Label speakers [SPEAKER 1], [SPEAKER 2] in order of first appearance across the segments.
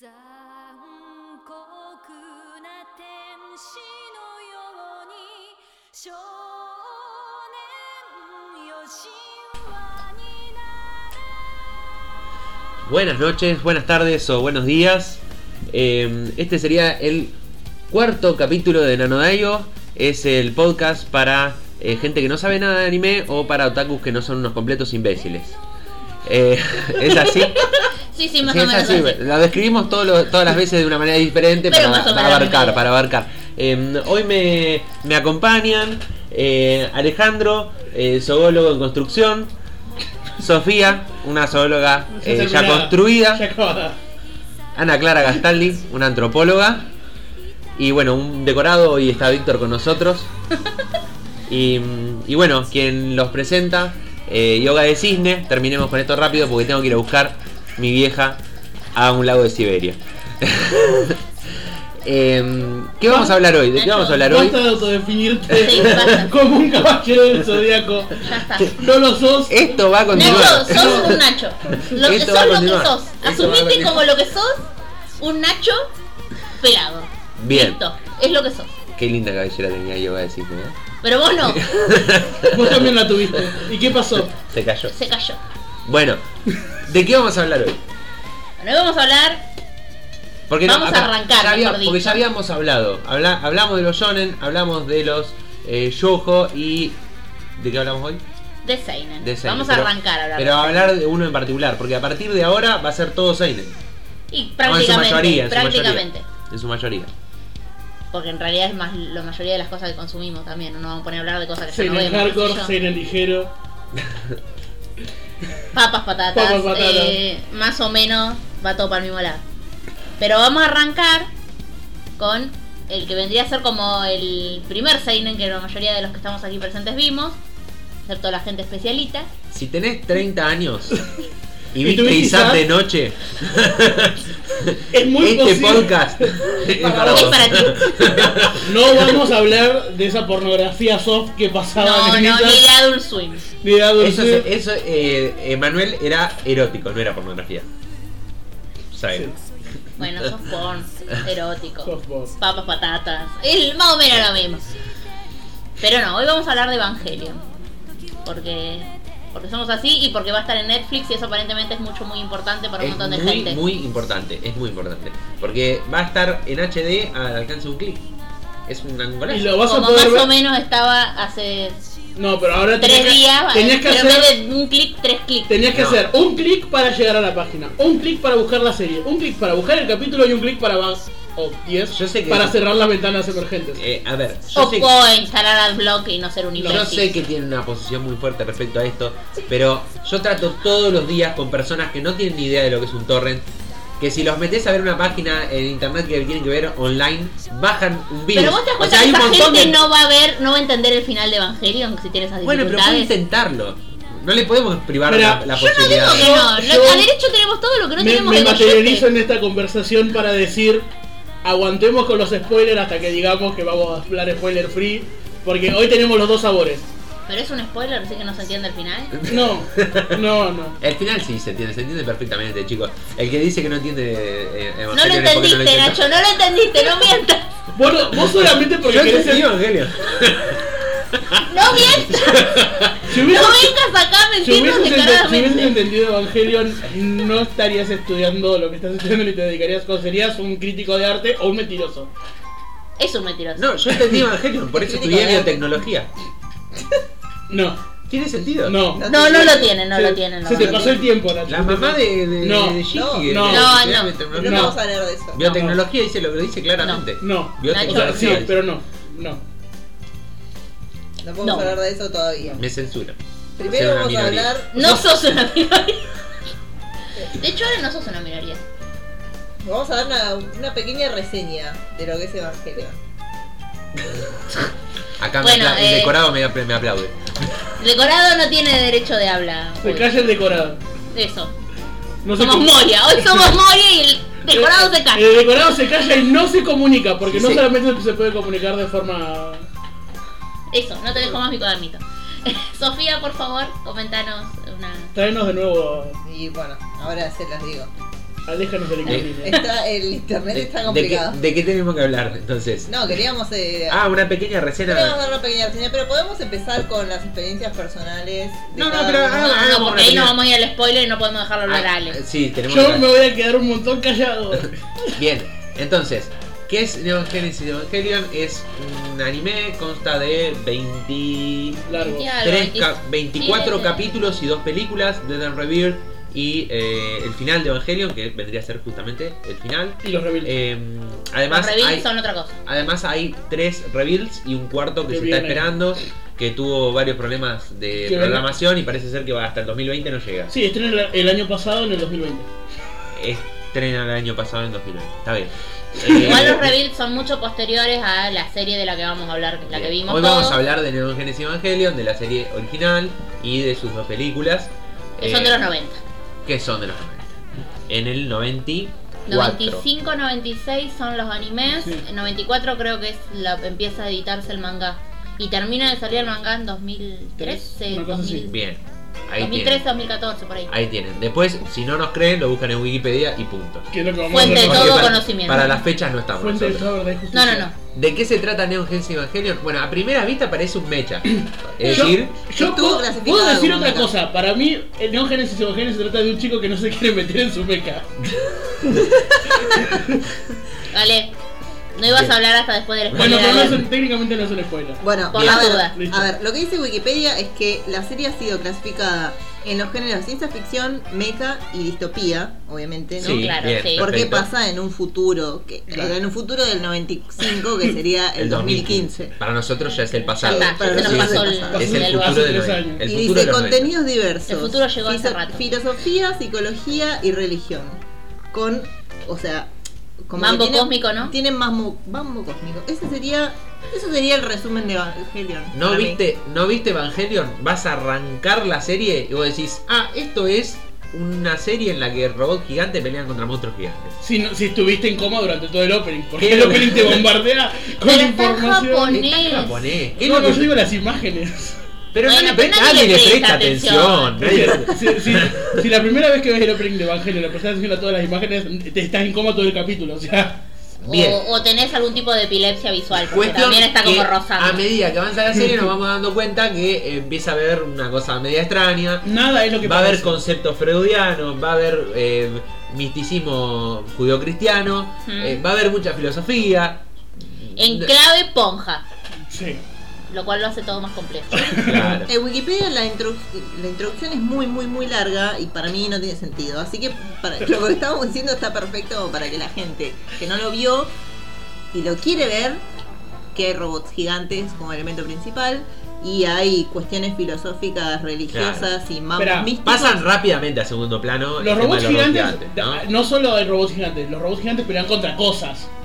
[SPEAKER 1] 残酷な天使のように少年よ神話になれ
[SPEAKER 2] Buenas noches, buenas tardes o buenos días. Eh, este sería el cuarto capítulo de Nanodaigo. Es el podcast para eh, gente que no sabe nada de anime o para otakus que no son unos completos imbéciles. Eh, es así.
[SPEAKER 3] Sí, sí, más
[SPEAKER 2] Sí,
[SPEAKER 3] o
[SPEAKER 2] es
[SPEAKER 3] menos.
[SPEAKER 2] así.
[SPEAKER 3] así.
[SPEAKER 2] Lo describimos todo lo- todas las veces de una manera diferente
[SPEAKER 3] Pero
[SPEAKER 2] para,
[SPEAKER 3] más o menos
[SPEAKER 2] para
[SPEAKER 3] la misma
[SPEAKER 2] abarcar,
[SPEAKER 3] idea.
[SPEAKER 2] para abarcar. Eh, hoy me, me acompañan eh, Alejandro, eh, zoólogo en construcción, Sofía, una zoóloga eh, ya
[SPEAKER 4] terminada.
[SPEAKER 2] construida,
[SPEAKER 4] Ya acabada.
[SPEAKER 2] Ana Clara Gastaldi, una antropóloga, y bueno, un decorado, y está Víctor con nosotros. Y, y bueno, quien los presenta, eh, Yoga de Cisne, terminemos con esto rápido porque tengo que ir a buscar mi vieja a un lago de Siberia. Em, ¿Qué vamos a hablar hoy? ¿De qué vamos a hablar hoy?
[SPEAKER 4] Basta de autodefinirte
[SPEAKER 3] Sí, basta.
[SPEAKER 4] como un caballero del zodiaco.
[SPEAKER 3] Ya está.
[SPEAKER 4] No lo sos.
[SPEAKER 2] Esto va a continuar.
[SPEAKER 3] Nacho, sos un Nacho. Lo,
[SPEAKER 2] Esto va a
[SPEAKER 3] sos lo que
[SPEAKER 2] continuar.
[SPEAKER 3] sos.
[SPEAKER 2] Esto va a
[SPEAKER 3] Asumite
[SPEAKER 2] continuar.
[SPEAKER 3] como lo que sos, un Nacho pelado.
[SPEAKER 2] Bien,
[SPEAKER 3] Listo, es lo que sos.
[SPEAKER 2] qué linda cabellera tenía Yoga de Cisne. ¿eh?
[SPEAKER 3] Pero vos no,
[SPEAKER 4] Vos también la tuviste. ¿Y qué pasó?
[SPEAKER 2] Se cayó.
[SPEAKER 3] se cayó.
[SPEAKER 2] Bueno, ¿de qué vamos a hablar hoy?
[SPEAKER 3] Bueno, hoy vamos a hablar.
[SPEAKER 2] Porque
[SPEAKER 3] Vamos a arrancar,
[SPEAKER 2] ya había-
[SPEAKER 3] mejor dicho.
[SPEAKER 2] porque ya habíamos hablado. Habla- hablamos de los shonen, hablamos de los eh, yojo y. ¿De qué hablamos hoy?
[SPEAKER 3] De Seinen.
[SPEAKER 2] De seinen,
[SPEAKER 3] Vamos a
[SPEAKER 2] pero-
[SPEAKER 3] arrancar a hablar.
[SPEAKER 2] Pero
[SPEAKER 3] de
[SPEAKER 2] a
[SPEAKER 3] seinen.
[SPEAKER 2] hablar de uno en particular, porque a partir de ahora va a ser todo Seinen. O
[SPEAKER 3] Y
[SPEAKER 2] en su
[SPEAKER 3] prácticamente.
[SPEAKER 2] mayoría, en su
[SPEAKER 3] prácticamente.
[SPEAKER 2] mayoría. En su mayoría.
[SPEAKER 3] Porque en realidad es más la mayoría de las cosas que consumimos también. No nos vamos a poner a hablar de cosas que ya no
[SPEAKER 4] Cena
[SPEAKER 3] vemos. qué sé
[SPEAKER 4] hardcore,
[SPEAKER 3] yo.
[SPEAKER 4] cena ligero.
[SPEAKER 3] Papas, patatas,
[SPEAKER 4] Papas, patatas.
[SPEAKER 3] eh, más o menos va todo para el mismo lado. Pero vamos a arrancar con el que vendría a ser como el primer Seinen que la mayoría de los que estamos aquí presentes vimos, excepto la gente especialita.
[SPEAKER 2] Si tenés 30 años y
[SPEAKER 4] ¿Y
[SPEAKER 2] viste
[SPEAKER 4] tuviste
[SPEAKER 2] Isaac
[SPEAKER 4] Isaac?
[SPEAKER 2] de noche,
[SPEAKER 4] Es muy
[SPEAKER 2] este
[SPEAKER 4] posible.
[SPEAKER 2] podcast es para
[SPEAKER 3] Es
[SPEAKER 2] vos.
[SPEAKER 3] para ti.
[SPEAKER 4] No vamos a hablar de esa pornografía soft que pasaba
[SPEAKER 3] No, no,
[SPEAKER 4] en
[SPEAKER 3] ni
[SPEAKER 4] esas-
[SPEAKER 3] de Adult Swim.
[SPEAKER 4] ni de Adult
[SPEAKER 2] Eso,
[SPEAKER 4] Swim.
[SPEAKER 2] es- eso eh, Emanuel era erótico, no era pornografía. Saben.
[SPEAKER 3] Bueno, sos porn, erótico.
[SPEAKER 4] Soft boss.
[SPEAKER 3] Papas, patatas. Es más o menos lo mismo. Pero no, hoy vamos a hablar de Evangelion. Porque. Porque somos así y porque va a estar en Netflix y eso aparentemente es mucho muy importante para un
[SPEAKER 2] Es
[SPEAKER 3] montón de
[SPEAKER 2] muy,
[SPEAKER 3] gente.
[SPEAKER 2] muy importante, es muy importante. Porque va a estar en HD al alcance de un clic. Es un
[SPEAKER 4] Y
[SPEAKER 2] angolazo.
[SPEAKER 4] lo vas a
[SPEAKER 3] Como
[SPEAKER 4] poder
[SPEAKER 3] más
[SPEAKER 4] ver-
[SPEAKER 3] o menos estaba hace
[SPEAKER 4] No, pero ahora
[SPEAKER 3] tres
[SPEAKER 4] tenías que-
[SPEAKER 3] días,
[SPEAKER 4] tenías que
[SPEAKER 3] pero en
[SPEAKER 4] hacer
[SPEAKER 3] vez de un clic, tres clics.
[SPEAKER 4] Tenías que
[SPEAKER 2] No.
[SPEAKER 4] hacer un clic para llegar a la página, un clic para buscar la serie, un clic para buscar el capítulo y un clic para más o 10
[SPEAKER 2] Yo sé que-
[SPEAKER 4] para cerrar las ventanas emergentes.
[SPEAKER 2] Eh, a ver, yo
[SPEAKER 3] O
[SPEAKER 2] sé,
[SPEAKER 3] puedo instalar al blog y no ser un
[SPEAKER 2] yo
[SPEAKER 3] imbécil.
[SPEAKER 2] sé que tiene una posición muy fuerte respecto a esto, pero yo trato todos los días con personas que no tienen ni idea de lo que es un torrent. Que si los metes a ver una página en internet que tienen que ver online, bajan un virus.
[SPEAKER 3] Pero vos te das
[SPEAKER 2] O
[SPEAKER 3] cuenta
[SPEAKER 2] sea,
[SPEAKER 3] que
[SPEAKER 2] hay un
[SPEAKER 3] esa
[SPEAKER 2] montón
[SPEAKER 3] gente
[SPEAKER 2] de-
[SPEAKER 3] no va a ver, no va a entender el final de Evangelion si tiene esas
[SPEAKER 2] Bueno, pero puede
[SPEAKER 3] dificultades.
[SPEAKER 2] intentarlo. No le podemos privar
[SPEAKER 4] Mira,
[SPEAKER 2] la, la
[SPEAKER 3] yo no
[SPEAKER 2] posibilidad.
[SPEAKER 3] digo que no,
[SPEAKER 4] Yo-
[SPEAKER 3] lo-
[SPEAKER 4] yo-
[SPEAKER 3] a derecho tenemos todo lo que no
[SPEAKER 4] me
[SPEAKER 3] tenemos
[SPEAKER 4] me
[SPEAKER 3] en el
[SPEAKER 4] materializo
[SPEAKER 3] oyente.
[SPEAKER 4] en esta conversación para decir aguantemos con los spoilers hasta que digamos que vamos a hablar spoiler free, porque hoy tenemos los dos sabores.
[SPEAKER 3] Pero es un spoiler, así que no se entiende el final.
[SPEAKER 4] No, no, no.
[SPEAKER 2] El final sí se entiende, se entiende perfectamente, chicos. El que dice que no entiende eh, Evangelion
[SPEAKER 3] No lo
[SPEAKER 2] es porque
[SPEAKER 3] entendiste,
[SPEAKER 2] intentó.
[SPEAKER 3] Nacho, no lo entendiste, no mientas.
[SPEAKER 4] Vos, no- vos solamente porque
[SPEAKER 2] Yo
[SPEAKER 4] querés
[SPEAKER 2] entendí
[SPEAKER 4] ser-
[SPEAKER 2] Evangelion.
[SPEAKER 3] No mientas,
[SPEAKER 4] si
[SPEAKER 3] no
[SPEAKER 4] hubieses-
[SPEAKER 3] vengas acá a
[SPEAKER 4] Si hubieses,
[SPEAKER 3] mentirnos
[SPEAKER 4] ente- si hubieses
[SPEAKER 3] descaradamente.
[SPEAKER 4] entendido Evangelion, no estarías estudiando lo que estás estudiando ni te dedicarías con serías un crítico de arte o un mentiroso.
[SPEAKER 3] Es un mentiroso.
[SPEAKER 2] No, yo entendí Evangelion, por eso estudié biotecnología.
[SPEAKER 4] No,
[SPEAKER 2] ¿Tiene sentido?
[SPEAKER 4] No.
[SPEAKER 3] No, no lo tienen, no
[SPEAKER 4] se,
[SPEAKER 3] lo tienen. no
[SPEAKER 4] se
[SPEAKER 3] lo
[SPEAKER 4] te
[SPEAKER 3] tienen.
[SPEAKER 4] pasó el tiempo, Nacho.
[SPEAKER 2] La mamá de, de,
[SPEAKER 4] No.
[SPEAKER 2] de Gigi,
[SPEAKER 4] No.
[SPEAKER 2] que
[SPEAKER 3] No,
[SPEAKER 2] estudiaba
[SPEAKER 3] no.
[SPEAKER 5] Pero
[SPEAKER 2] biotecnología.
[SPEAKER 5] no,
[SPEAKER 4] No.
[SPEAKER 5] vamos a hablar de eso.
[SPEAKER 2] Biotecnología dice lo que dice claramente.
[SPEAKER 4] No. O
[SPEAKER 2] Biotecnología.
[SPEAKER 4] sea, sí, pero no. No.
[SPEAKER 5] No podemos
[SPEAKER 3] No.
[SPEAKER 5] hablar de eso todavía.
[SPEAKER 2] Me censura.
[SPEAKER 5] Primero
[SPEAKER 2] Soy una
[SPEAKER 5] vamos a
[SPEAKER 2] minoría.
[SPEAKER 5] hablar.
[SPEAKER 3] No sos una minoría. De hecho, ahora no sos una minoría.
[SPEAKER 5] Vamos a dar una, una pequeña reseña de lo que es Evangelion.
[SPEAKER 2] Acá me
[SPEAKER 3] Bueno,
[SPEAKER 2] apla- el
[SPEAKER 3] eh,
[SPEAKER 2] decorado me, apl- me aplaude.
[SPEAKER 3] Decorado no tiene derecho de habla.
[SPEAKER 4] Se
[SPEAKER 3] hoy.
[SPEAKER 4] calla el decorado.
[SPEAKER 3] Eso.
[SPEAKER 4] No se
[SPEAKER 3] somos
[SPEAKER 4] com-
[SPEAKER 3] Moria. Hoy somos Moria y el decorado se calla.
[SPEAKER 4] El decorado se calla y no se comunica, porque
[SPEAKER 2] Sí,
[SPEAKER 4] no
[SPEAKER 2] sí.
[SPEAKER 4] solamente se puede comunicar de forma.
[SPEAKER 3] Eso, no te dejo más mi cuadernito. Sofía, por favor, comentanos una.
[SPEAKER 4] Traenos de nuevo.
[SPEAKER 5] Y bueno, ahora se las digo.
[SPEAKER 4] Aléjanos
[SPEAKER 2] Eh,
[SPEAKER 4] del ignominia.
[SPEAKER 5] Está, el internet
[SPEAKER 2] De,
[SPEAKER 5] está
[SPEAKER 2] de qué,
[SPEAKER 5] complicado.
[SPEAKER 2] ¿De qué tenemos que hablar entonces?
[SPEAKER 5] No, queríamos. eh,
[SPEAKER 2] Ah, una pequeña
[SPEAKER 5] Podríamos
[SPEAKER 2] receta.
[SPEAKER 5] dar una pequeña reseña, pero podemos empezar con las experiencias personales. de
[SPEAKER 2] No, no,
[SPEAKER 5] cada
[SPEAKER 2] pero
[SPEAKER 5] uno.
[SPEAKER 2] Ah,
[SPEAKER 3] No,
[SPEAKER 2] hagamos
[SPEAKER 3] no, porque
[SPEAKER 2] una
[SPEAKER 3] ahí
[SPEAKER 2] primera.
[SPEAKER 3] nos vamos a ir al spoiler y no podemos dejarlo hablar a Ale.
[SPEAKER 2] Ah, sí, tenemos que
[SPEAKER 4] Yo
[SPEAKER 2] hablar.
[SPEAKER 4] me voy a quedar un montón callado.
[SPEAKER 2] Bien, entonces, ¿qué es Neon Genesis Evangelion? Es un anime, consta de 20...
[SPEAKER 4] Largo.
[SPEAKER 3] Ya, algo,
[SPEAKER 2] tres
[SPEAKER 3] veinti-
[SPEAKER 2] ca- 24
[SPEAKER 3] sí, sí.
[SPEAKER 2] capítulos y dos películas, Dead and Rebirth y eh, el final de Evangelion, que vendría a ser justamente el final.
[SPEAKER 4] Y los rebeldes.
[SPEAKER 2] Eh,
[SPEAKER 3] Los
[SPEAKER 2] además,
[SPEAKER 3] reviews
[SPEAKER 2] hay,
[SPEAKER 3] son otra cosa.
[SPEAKER 2] además hay tres reveals y un cuarto que
[SPEAKER 4] Que
[SPEAKER 2] se está
[SPEAKER 4] viene.
[SPEAKER 2] esperando, que tuvo varios problemas de
[SPEAKER 4] Que viene.
[SPEAKER 2] programación y parece ser que va hasta el 2020 no llega.
[SPEAKER 4] Sí, estrenó el- el año pasado en el 2020.
[SPEAKER 2] Estrena el año pasado en 2020, está bien. Eh,
[SPEAKER 3] Igual los reveals son mucho posteriores a la serie de la que vamos a hablar, que es la que
[SPEAKER 2] Bien.
[SPEAKER 3] vimos
[SPEAKER 2] Hoy
[SPEAKER 3] todos.
[SPEAKER 2] vamos a hablar de Neon Genesis Evangelion, de la serie original y de sus dos películas.
[SPEAKER 3] Que son de
[SPEAKER 2] eh,
[SPEAKER 3] los 90.
[SPEAKER 2] que son de los 90. En el 94.
[SPEAKER 3] 95, 96 son los animes.
[SPEAKER 4] Sí.
[SPEAKER 3] En 94 creo que es la, empieza a editarse el manga. Y termina de salir el manga en 2013,
[SPEAKER 4] Una cosa así.
[SPEAKER 3] 2000
[SPEAKER 2] Bien. Ahí
[SPEAKER 3] 2013, 2014, por ahí.
[SPEAKER 2] tienen. Ahí tienen. Después, si no nos creen, lo buscan en Wikipedia y punto.
[SPEAKER 4] Que es lo que vamos
[SPEAKER 3] Fuente de
[SPEAKER 4] a hacer.
[SPEAKER 2] Porque
[SPEAKER 3] todo
[SPEAKER 2] para,
[SPEAKER 3] conocimiento.
[SPEAKER 2] Para las fechas no estamos.
[SPEAKER 4] Fuente de
[SPEAKER 2] nosotros.
[SPEAKER 4] toda verdad y justicia.
[SPEAKER 3] No, no, no.
[SPEAKER 2] ¿De qué se trata Neon Genesis Evangelion? Bueno, a primera vista parece un mecha. Es
[SPEAKER 4] Yo-
[SPEAKER 2] decir,
[SPEAKER 4] Yo
[SPEAKER 5] Estuvo
[SPEAKER 4] puedo,
[SPEAKER 5] clasificado
[SPEAKER 4] puedo decir
[SPEAKER 5] como
[SPEAKER 4] otra
[SPEAKER 5] meca.
[SPEAKER 4] cosa. Para mí, el Neon Genesis Evangelion se trata de un chico que no se quiere meter en su meca.
[SPEAKER 3] Vale. No ibas
[SPEAKER 2] Bien.
[SPEAKER 3] a hablar hasta después del
[SPEAKER 4] Bueno,
[SPEAKER 3] spoiler.
[SPEAKER 4] pero no es
[SPEAKER 3] Ale.
[SPEAKER 4] un- técnicamente no es una escuela.
[SPEAKER 5] Bueno,
[SPEAKER 3] Por
[SPEAKER 5] a,
[SPEAKER 3] las
[SPEAKER 5] ver,
[SPEAKER 3] dudas.
[SPEAKER 4] Listo.
[SPEAKER 5] a ver, lo que dice Wikipedia es que la serie ha sido clasificada en los géneros ciencia ficción, mecha y distopía, obviamente, ¿no?
[SPEAKER 2] sí,
[SPEAKER 3] claro,
[SPEAKER 2] bien,
[SPEAKER 3] sí.
[SPEAKER 5] Porque
[SPEAKER 2] perfecto.
[SPEAKER 5] pasa en un futuro, que,
[SPEAKER 4] Claro.
[SPEAKER 5] en un futuro del 95, que sería el, 2015.
[SPEAKER 2] Para nosotros ya es el
[SPEAKER 3] Ya
[SPEAKER 2] pasado.
[SPEAKER 3] está,
[SPEAKER 5] Pero
[SPEAKER 3] ya se nos
[SPEAKER 5] sí,
[SPEAKER 3] pasó
[SPEAKER 5] sí,
[SPEAKER 3] el.
[SPEAKER 5] sí.
[SPEAKER 2] Es
[SPEAKER 4] Hace
[SPEAKER 2] el
[SPEAKER 4] tres
[SPEAKER 2] futuro de los
[SPEAKER 4] años.
[SPEAKER 2] el
[SPEAKER 5] Y
[SPEAKER 2] futuro de
[SPEAKER 5] dice
[SPEAKER 2] los
[SPEAKER 5] contenidos diversos.
[SPEAKER 3] El futuro llegó hace
[SPEAKER 5] fiso-
[SPEAKER 3] rato.
[SPEAKER 5] Filosofía, psicología y religión. Con, o sea, como
[SPEAKER 3] Mambo
[SPEAKER 5] que tienen-
[SPEAKER 3] cósmico, ¿no?
[SPEAKER 5] Tienen mambo, mambo cósmico. Ese sería, eso sería el resumen de Evangelion.
[SPEAKER 2] ¿No
[SPEAKER 5] para mí.
[SPEAKER 2] viste, ¿No viste Evangelion? Vas a arrancar la serie y vos decís, ah, esto es una serie en la que robots gigantes pelean contra monstruos gigantes.
[SPEAKER 4] Si, no- si estuviste en coma durante todo el opening, porque
[SPEAKER 2] ¿Qué?
[SPEAKER 4] el opening te bombardea con
[SPEAKER 3] Pero está en
[SPEAKER 4] información.
[SPEAKER 3] japonés.
[SPEAKER 2] Está en japonés. ¿Qué
[SPEAKER 4] No,
[SPEAKER 2] loco?
[SPEAKER 4] no, yo digo las imágenes.
[SPEAKER 2] Pero
[SPEAKER 3] Bueno,
[SPEAKER 2] nadie,
[SPEAKER 3] pero
[SPEAKER 2] pre-
[SPEAKER 3] nadie
[SPEAKER 2] nadie
[SPEAKER 3] le
[SPEAKER 2] le presta
[SPEAKER 3] presta
[SPEAKER 2] atención. Nadie-
[SPEAKER 4] si, si- si la primera vez que ves el opening de Evangelio le prestas atención a todas las imágenes, te estás en coma todo el capítulo. O sea,
[SPEAKER 2] Bien.
[SPEAKER 3] O, o tenés algún tipo de epilepsia visual. Porque
[SPEAKER 2] Cuestión
[SPEAKER 3] Oh, también está como
[SPEAKER 2] que a
[SPEAKER 3] rozando.
[SPEAKER 2] medida que avanza la serie nos vamos dando cuenta que empieza a haber una cosa media extraña.
[SPEAKER 4] nada es lo que
[SPEAKER 2] Va a haber
[SPEAKER 4] parece.
[SPEAKER 2] conceptos freudianos, va a haber eh, misticismo judeocristiano,
[SPEAKER 3] Mm.
[SPEAKER 2] eh, va a haber mucha filosofía.
[SPEAKER 3] En clave ponja.
[SPEAKER 4] Sí.
[SPEAKER 3] Lo cual lo hace todo más complejo.
[SPEAKER 2] Claro.
[SPEAKER 5] En Eh, Wikipedia la, introdu- la introducción es muy, muy, muy larga y para mí no tiene sentido. Así que para, lo que estamos diciendo está perfecto para que la gente que no lo vio y lo quiere ver, que hay robots gigantes como elemento principal y hay cuestiones filosóficas, religiosas y más
[SPEAKER 4] Espera,
[SPEAKER 5] místicos.
[SPEAKER 2] Pasan rápidamente a segundo plano el
[SPEAKER 4] Los
[SPEAKER 2] tema
[SPEAKER 4] robots
[SPEAKER 2] de los robots
[SPEAKER 4] gigantes,
[SPEAKER 2] gigantes,
[SPEAKER 4] no solo hay robots gigantes, los robots gigantes pelean contra cosas.
[SPEAKER 2] ¿no?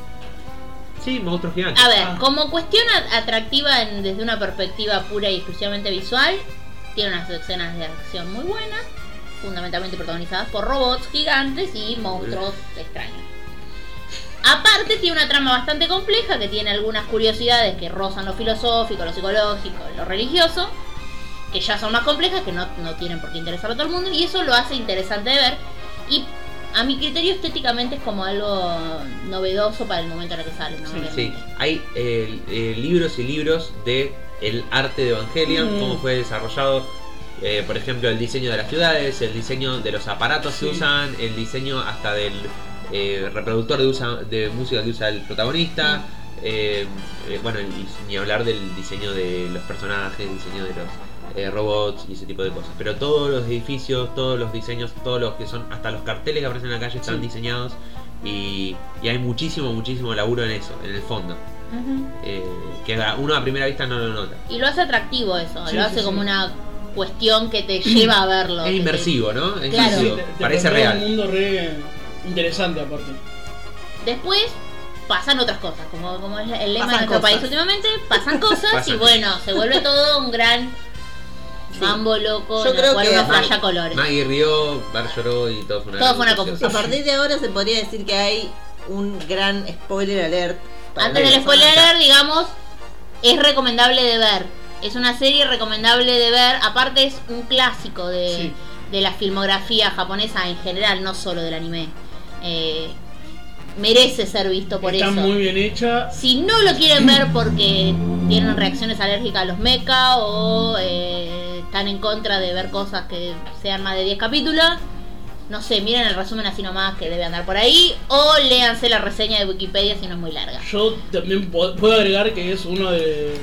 [SPEAKER 2] Sí, monstruos gigantes.
[SPEAKER 3] A ver,
[SPEAKER 4] Ah.
[SPEAKER 3] como cuestión at- atractiva en- desde una perspectiva pura y exclusivamente visual, tiene unas escenas de acción muy buenas, fundamentalmente protagonizadas por robots gigantes y monstruos extraños. Aparte tiene una trama bastante compleja que tiene algunas curiosidades que rozan lo filosófico, lo psicológico, lo religioso, que ya son más complejas, que no, no tienen por qué interesar a todo el mundo, y eso lo hace interesante de ver. Y a mi criterio estéticamente es como algo novedoso para el momento en el que sale, ¿no?
[SPEAKER 4] Sí,
[SPEAKER 3] Obviamente.
[SPEAKER 2] Sí, hay eh, eh, libros y libros de el arte de Evangelion,
[SPEAKER 4] Mm.
[SPEAKER 2] cómo fue desarrollado, eh, por ejemplo, el diseño de las ciudades, el diseño de los aparatos
[SPEAKER 4] Sí.
[SPEAKER 2] que usan, el diseño hasta del eh, reproductor de, usa- de música que usa el protagonista. eh, eh, bueno, y ni hablar del diseño de los personajes, el diseño de los eh, robots y ese tipo de cosas. Pero todos los edificios, todos los diseños, todos los que son, hasta los carteles que aparecen en la calle están
[SPEAKER 4] Sí.
[SPEAKER 2] diseñados y, y hay muchísimo, muchísimo laburo en eso, en el fondo.
[SPEAKER 3] Ujú.
[SPEAKER 2] Eh, que a- uno a primera vista no lo nota.
[SPEAKER 3] Y lo hace atractivo eso,
[SPEAKER 4] Sí,
[SPEAKER 3] lo
[SPEAKER 4] sí,
[SPEAKER 3] hace
[SPEAKER 4] sí.
[SPEAKER 3] como una cuestión que te lleva a verlo. que
[SPEAKER 2] Es
[SPEAKER 3] te-
[SPEAKER 2] inmersivo, ¿no? Es
[SPEAKER 3] Claro.
[SPEAKER 2] inmersivo,
[SPEAKER 4] Sí, te- te
[SPEAKER 2] parece
[SPEAKER 4] plantea
[SPEAKER 2] real.
[SPEAKER 4] un mundo re interesante aparte.
[SPEAKER 3] Después pasan otras cosas, como, como es el lema
[SPEAKER 5] Pasan
[SPEAKER 3] de nuestro
[SPEAKER 5] cosas.
[SPEAKER 3] país últimamente, pasan cosas
[SPEAKER 2] Pasan.
[SPEAKER 3] y bueno, se vuelve todo un gran mambo loco
[SPEAKER 5] Yo
[SPEAKER 3] en el
[SPEAKER 5] creo
[SPEAKER 3] cual
[SPEAKER 5] que
[SPEAKER 3] uno
[SPEAKER 5] a-
[SPEAKER 3] falla colores.
[SPEAKER 2] Maggie rió, Bar lloró y todo fue una,
[SPEAKER 3] Todo fue una
[SPEAKER 5] A
[SPEAKER 2] confusión.
[SPEAKER 5] partir de ahora se podría decir que hay un gran spoiler alert. para
[SPEAKER 3] Antes
[SPEAKER 5] las
[SPEAKER 3] del
[SPEAKER 5] personas.
[SPEAKER 3] spoiler, digamos, es recomendable de ver. Es una serie recomendable de ver, aparte es un clásico de,
[SPEAKER 4] Sí.
[SPEAKER 3] de la filmografía japonesa en general, no solo del anime. eh, merece ser visto por
[SPEAKER 4] Está
[SPEAKER 3] eso.
[SPEAKER 4] muy bien hecha.
[SPEAKER 3] Si no lo quieren ver porque tienen reacciones alérgicas a los mecha o eh, están en contra de ver cosas que sean más de 10 capítulos, no sé, miren el resumen así nomás que debe andar por ahí o léanse la reseña de Wikipedia si no es muy larga.
[SPEAKER 4] Yo también po- puedo agregar que es uno de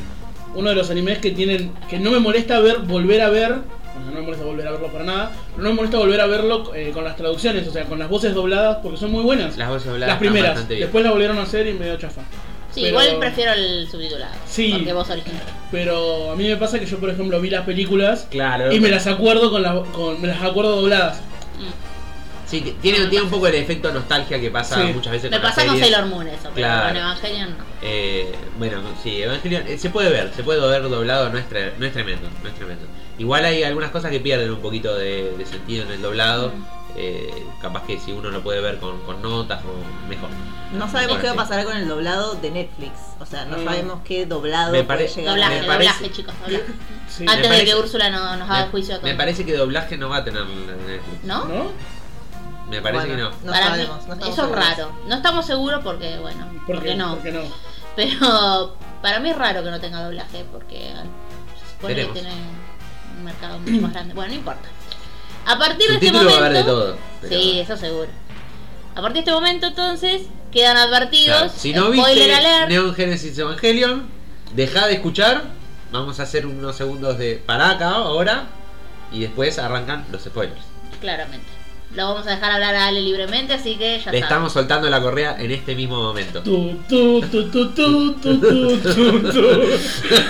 [SPEAKER 4] uno de los animes que tienen que no me molesta ver volver a ver, o sea, no me molesta volver a verlo para nada, pero no me molesta volver a verlo eh, con las traducciones, o sea, con las voces dobladas porque son muy buenas.
[SPEAKER 2] Las voces dobladas
[SPEAKER 4] Las
[SPEAKER 2] están
[SPEAKER 4] primeras,
[SPEAKER 2] bastante bien.
[SPEAKER 4] después las volvieron a hacer y medio chafa.
[SPEAKER 3] Sí,
[SPEAKER 4] Pero-
[SPEAKER 3] igual prefiero el subtitulado.
[SPEAKER 4] Sí.
[SPEAKER 3] Porque vos original.
[SPEAKER 4] Pero a mí me pasa que yo, por ejemplo, vi las películas
[SPEAKER 2] Claro.
[SPEAKER 4] y me las acuerdo con, la- con me las acuerdo dobladas.
[SPEAKER 3] Mm.
[SPEAKER 2] Sí, t- tiene, tiene un poco el efecto nostalgia que pasa
[SPEAKER 4] Sí.
[SPEAKER 2] muchas veces
[SPEAKER 3] Me
[SPEAKER 2] con las
[SPEAKER 3] pasa con
[SPEAKER 2] series.
[SPEAKER 3] Sailor Moon eso, pero
[SPEAKER 2] Claro.
[SPEAKER 3] con Evangelion no.
[SPEAKER 2] Eh, bueno, sí, Evangelion eh, se puede ver, se puede ver doblado, no es, tre- no es tremendo, no es tremendo. Igual hay algunas cosas que pierden un poquito de, de sentido en el doblado, eh, capaz que si uno lo puede ver con, con notas o mejor.
[SPEAKER 5] No sabemos
[SPEAKER 2] Ahora
[SPEAKER 5] qué va a
[SPEAKER 2] sí.
[SPEAKER 5] pasar con el doblado de Netflix. O sea, no
[SPEAKER 4] Mm.
[SPEAKER 5] sabemos qué doblado
[SPEAKER 2] Me pare-
[SPEAKER 5] puede llegar. a
[SPEAKER 3] Doblaje,
[SPEAKER 5] tener.
[SPEAKER 2] me parece-
[SPEAKER 3] doblaje, chicos, doblaje.
[SPEAKER 4] Sí.
[SPEAKER 3] Antes de
[SPEAKER 2] parece-
[SPEAKER 3] que Úrsula no, nos haga juicio a
[SPEAKER 2] me,
[SPEAKER 3] todos.
[SPEAKER 2] me parece que doblaje no va a tener Netflix.
[SPEAKER 3] ¿No?
[SPEAKER 4] ¿No?
[SPEAKER 2] Me parece
[SPEAKER 5] Bueno,
[SPEAKER 2] que
[SPEAKER 5] No
[SPEAKER 3] Para
[SPEAKER 5] sabemos,
[SPEAKER 3] mí,
[SPEAKER 5] no estamos
[SPEAKER 3] eso es
[SPEAKER 5] seguros.
[SPEAKER 3] raro. No estamos seguros porque, bueno,
[SPEAKER 4] ¿Por
[SPEAKER 3] porque
[SPEAKER 4] qué?
[SPEAKER 3] no.
[SPEAKER 4] ¿Por qué no?
[SPEAKER 3] Pero para mí es raro que no tenga doblaje porque se supone
[SPEAKER 2] Veremos.
[SPEAKER 3] que tiene un mercado mucho más grande. Bueno, no importa. A
[SPEAKER 2] no.
[SPEAKER 3] partir de
[SPEAKER 2] El
[SPEAKER 3] este
[SPEAKER 2] título va a
[SPEAKER 3] momento.
[SPEAKER 2] haber de todo. pero-
[SPEAKER 3] Sí, eso seguro. A partir de este momento, entonces, quedan advertidos.
[SPEAKER 2] Claro, Si no
[SPEAKER 3] spoiler
[SPEAKER 2] viste
[SPEAKER 3] alert.
[SPEAKER 2] Neon Genesis Evangelion, deja de escuchar. Vamos a hacer unos segundos de para acá ahora. Y después arrancan los spoilers.
[SPEAKER 3] Claramente. Lo vamos a dejar hablar a Ale libremente, así que ya
[SPEAKER 2] Le
[SPEAKER 3] saben.
[SPEAKER 2] estamos soltando la correa en este mismo momento.
[SPEAKER 4] Tu, tu, tu, tu, tu, tu, tu, tu, tu.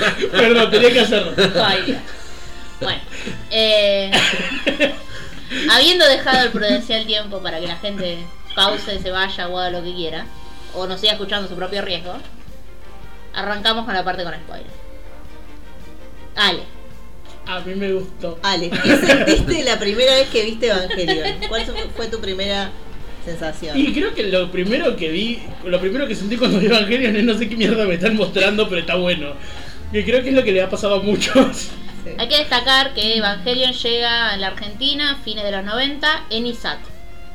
[SPEAKER 4] Perdón, tenía que hacerlo.
[SPEAKER 3] Ay, Dios. Bueno, eh, habiendo dejado el prudencial tiempo para que la gente pause, se vaya o haga lo que quiera, o nos siga escuchando a su propio riesgo, arrancamos con la parte con spoilers. Ale,
[SPEAKER 4] A mí me gustó.
[SPEAKER 5] Ale, ¿qué sentiste la primera vez que viste Evangelion? ¿Cuál su- fue tu primera
[SPEAKER 4] Y
[SPEAKER 5] sensación?
[SPEAKER 4] creo que lo primero que vi, lo primero que sentí cuando vi Evangelion es no sé qué mierda me están mostrando, pero está bueno. Y creo que es lo que le ha pasado a muchos.
[SPEAKER 5] Sí.
[SPEAKER 3] hay que destacar que Evangelion llega a la Argentina a fines de los 90 en ISAT.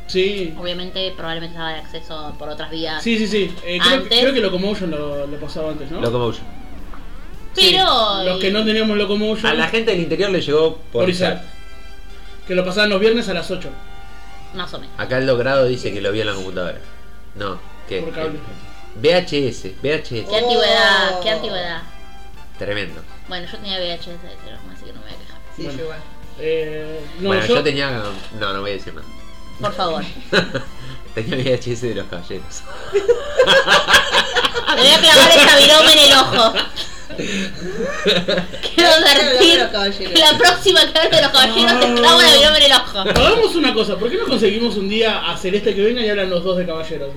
[SPEAKER 4] Sí.
[SPEAKER 3] Obviamente, probablemente estaba de acceso por otras vías.
[SPEAKER 4] Sí, sí, sí. Eh, creo, que-
[SPEAKER 3] Antes.
[SPEAKER 4] creo que Locomotion lo, lo pasaba antes, ¿no?
[SPEAKER 2] Locomotion.
[SPEAKER 4] Sí.
[SPEAKER 3] Pero.
[SPEAKER 4] Los que no teníamos Locomotion,
[SPEAKER 2] A la gente del interior le llegó por
[SPEAKER 4] Por Isaac.
[SPEAKER 2] chat.
[SPEAKER 4] que lo pasaban los viernes a las 8.
[SPEAKER 3] Más o menos.
[SPEAKER 2] Acá el logrado dice que lo vio en la computadora. No, que
[SPEAKER 4] Por cable.
[SPEAKER 2] VHS, VHS.
[SPEAKER 3] Qué antigüedad, qué
[SPEAKER 5] Oh.
[SPEAKER 3] antigüedad.
[SPEAKER 2] Tremendo.
[SPEAKER 3] Bueno, yo tenía VHS, pero así que no me voy a quejar.
[SPEAKER 5] Sí,
[SPEAKER 4] Bueno.
[SPEAKER 5] yo igual.
[SPEAKER 4] Eh, no,
[SPEAKER 2] bueno,
[SPEAKER 4] yo,
[SPEAKER 2] yo... tenía. No, no voy a decir nada.
[SPEAKER 3] Por favor.
[SPEAKER 2] Tenía VHS de los caballeros.
[SPEAKER 3] Le voy a clavar esta viroma en el ojo. Quiero
[SPEAKER 5] Quiero
[SPEAKER 3] advertir
[SPEAKER 5] hablar de los caballeros.
[SPEAKER 3] que la próxima que hable de los caballeros te clavo la viroma en el ojo.
[SPEAKER 4] Hagamos una cosa, ¿por qué no conseguimos un día a Celeste que venga y hablan los dos de caballeros?